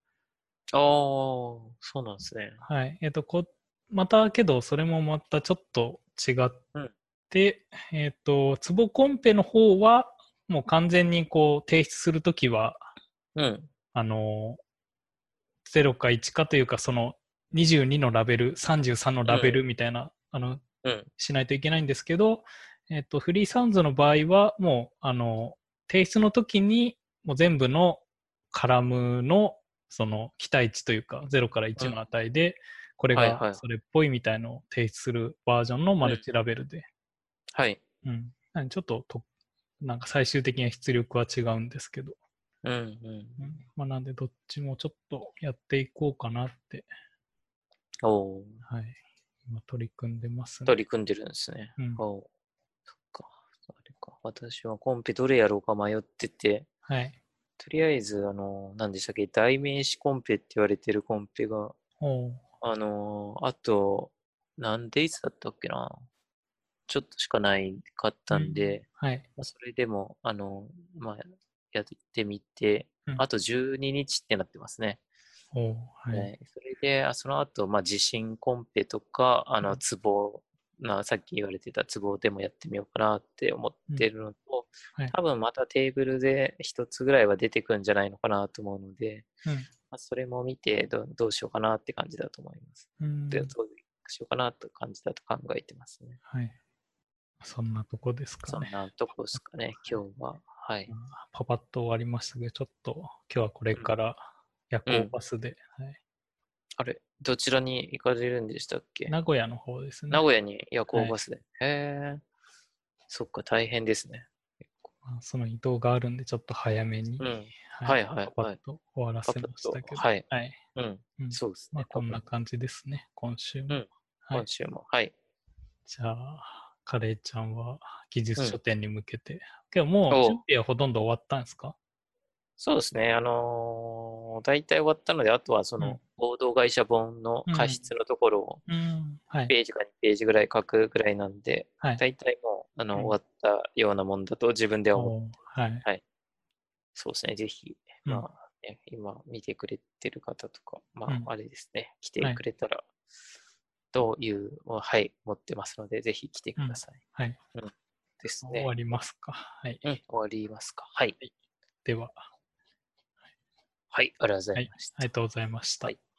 Speaker 2: そうなんですね。
Speaker 1: はい。えっと、こ、また、けど、それもまたちょっと違って、えっと、ツボコンペの方は、もう完全にこう、提出するときは、
Speaker 2: うん、
Speaker 1: あの、0か1かというか、その、22のラベル、33のラベルみたいな、あの、
Speaker 2: うん、
Speaker 1: しないといけないんですけど、えっと、フリーサウンズの場合は、もう、あの、提出の時に、もう全部のカラムの、その、期待値というか、0から1の値で、これ
Speaker 2: はいはい
Speaker 1: がそれっぽいみたいのを提出するバージョンのマルチラベルで、
Speaker 2: はい。
Speaker 1: うん。なんでちょっとと、なんか最終的には出力は違うんですけど、
Speaker 2: うん、うん。
Speaker 1: うんまあ、なんでどっちもちょっとやっていこうかなって、
Speaker 2: おお、
Speaker 1: はい、今取り組んでますね。
Speaker 2: 取り組んでるんですね。
Speaker 1: うん
Speaker 2: おお、そっか。あれか。私はコンペどれやろうか迷ってて、
Speaker 1: はい。
Speaker 2: とりあえず、あの、何でしたっけ、代名詞コンペって言われてるコンペが、
Speaker 1: おう
Speaker 2: あの、あと、何デイズだったっけな。ちょっとしかないかったんで、
Speaker 1: はい。
Speaker 2: まあそれでも、あの、まあ、やってみて、
Speaker 1: うん
Speaker 2: あと12日ってなってますね。
Speaker 1: おうはい。
Speaker 2: はい、それで、あその後、まあ、地震コンペとか、あ
Speaker 1: う
Speaker 2: の、
Speaker 1: ん
Speaker 2: ツボ、なさっき言われてたツボでもやってみようかなって思ってるのと、
Speaker 1: はい
Speaker 2: 多分またテーブルで一つぐらいは出てくるんじゃないのかなと思うので、
Speaker 1: うん
Speaker 2: まあ、それも見てど、どうしようかなって感じだと思います。
Speaker 1: うん
Speaker 2: でどうしようかなって感じだと考えてますね。
Speaker 1: はい。そんなとこですか
Speaker 2: そん
Speaker 1: ね。
Speaker 2: なとこですかね、今日は。はい。
Speaker 1: まあパパッと終わりましたけど、ちょっと今日はこれから夜行バスで、はい、
Speaker 2: あれ、どちらに行かれるんでしたっけ
Speaker 1: 名古屋の方ですね。
Speaker 2: 名古屋に夜行
Speaker 1: はい
Speaker 2: バスで。へえ。そっか、大変ですね。
Speaker 1: まあその移動があるんで、ちょっと早めに、
Speaker 2: うん
Speaker 1: はい
Speaker 2: はいはいはい
Speaker 1: パパッと終わらせましたけど、
Speaker 2: はい。
Speaker 1: はい
Speaker 2: うん。
Speaker 1: うん
Speaker 2: そうです
Speaker 1: ま
Speaker 2: ね
Speaker 1: あ、。こんな
Speaker 2: 多分
Speaker 1: 感じですね、今週も。
Speaker 2: うん
Speaker 1: はい
Speaker 2: 今週も。はい。
Speaker 1: じゃあ、カレーちゃんは技術
Speaker 2: うん
Speaker 1: 書店に向けて、けどもう
Speaker 2: おう
Speaker 1: 準備はほとんど終わったんですか
Speaker 2: そうですね。あのー大体終わったので、あとはその、合同会社本の過失のところを、
Speaker 1: うん。はい。
Speaker 2: ページか2ページぐらい書くぐらいなんで、
Speaker 1: はい。
Speaker 2: 大体もう、あの、
Speaker 1: うん
Speaker 2: 終わったようなもんだと自分では思う。
Speaker 1: おうはい。
Speaker 2: そうですね。ぜひ、
Speaker 1: うん
Speaker 2: まあ、ね、今見てくれてる方とか、ま
Speaker 1: うん
Speaker 2: あ、あれですね。来て
Speaker 1: はい
Speaker 2: くれたら、という、はい、持ってますので、ぜひ来てください。
Speaker 1: はい。
Speaker 2: ですね。
Speaker 1: 終わりますか。はい。
Speaker 2: うん、終わりますか。はい。
Speaker 1: では、
Speaker 2: はい、ありがとうございました。
Speaker 1: ありがとうございました。
Speaker 2: はい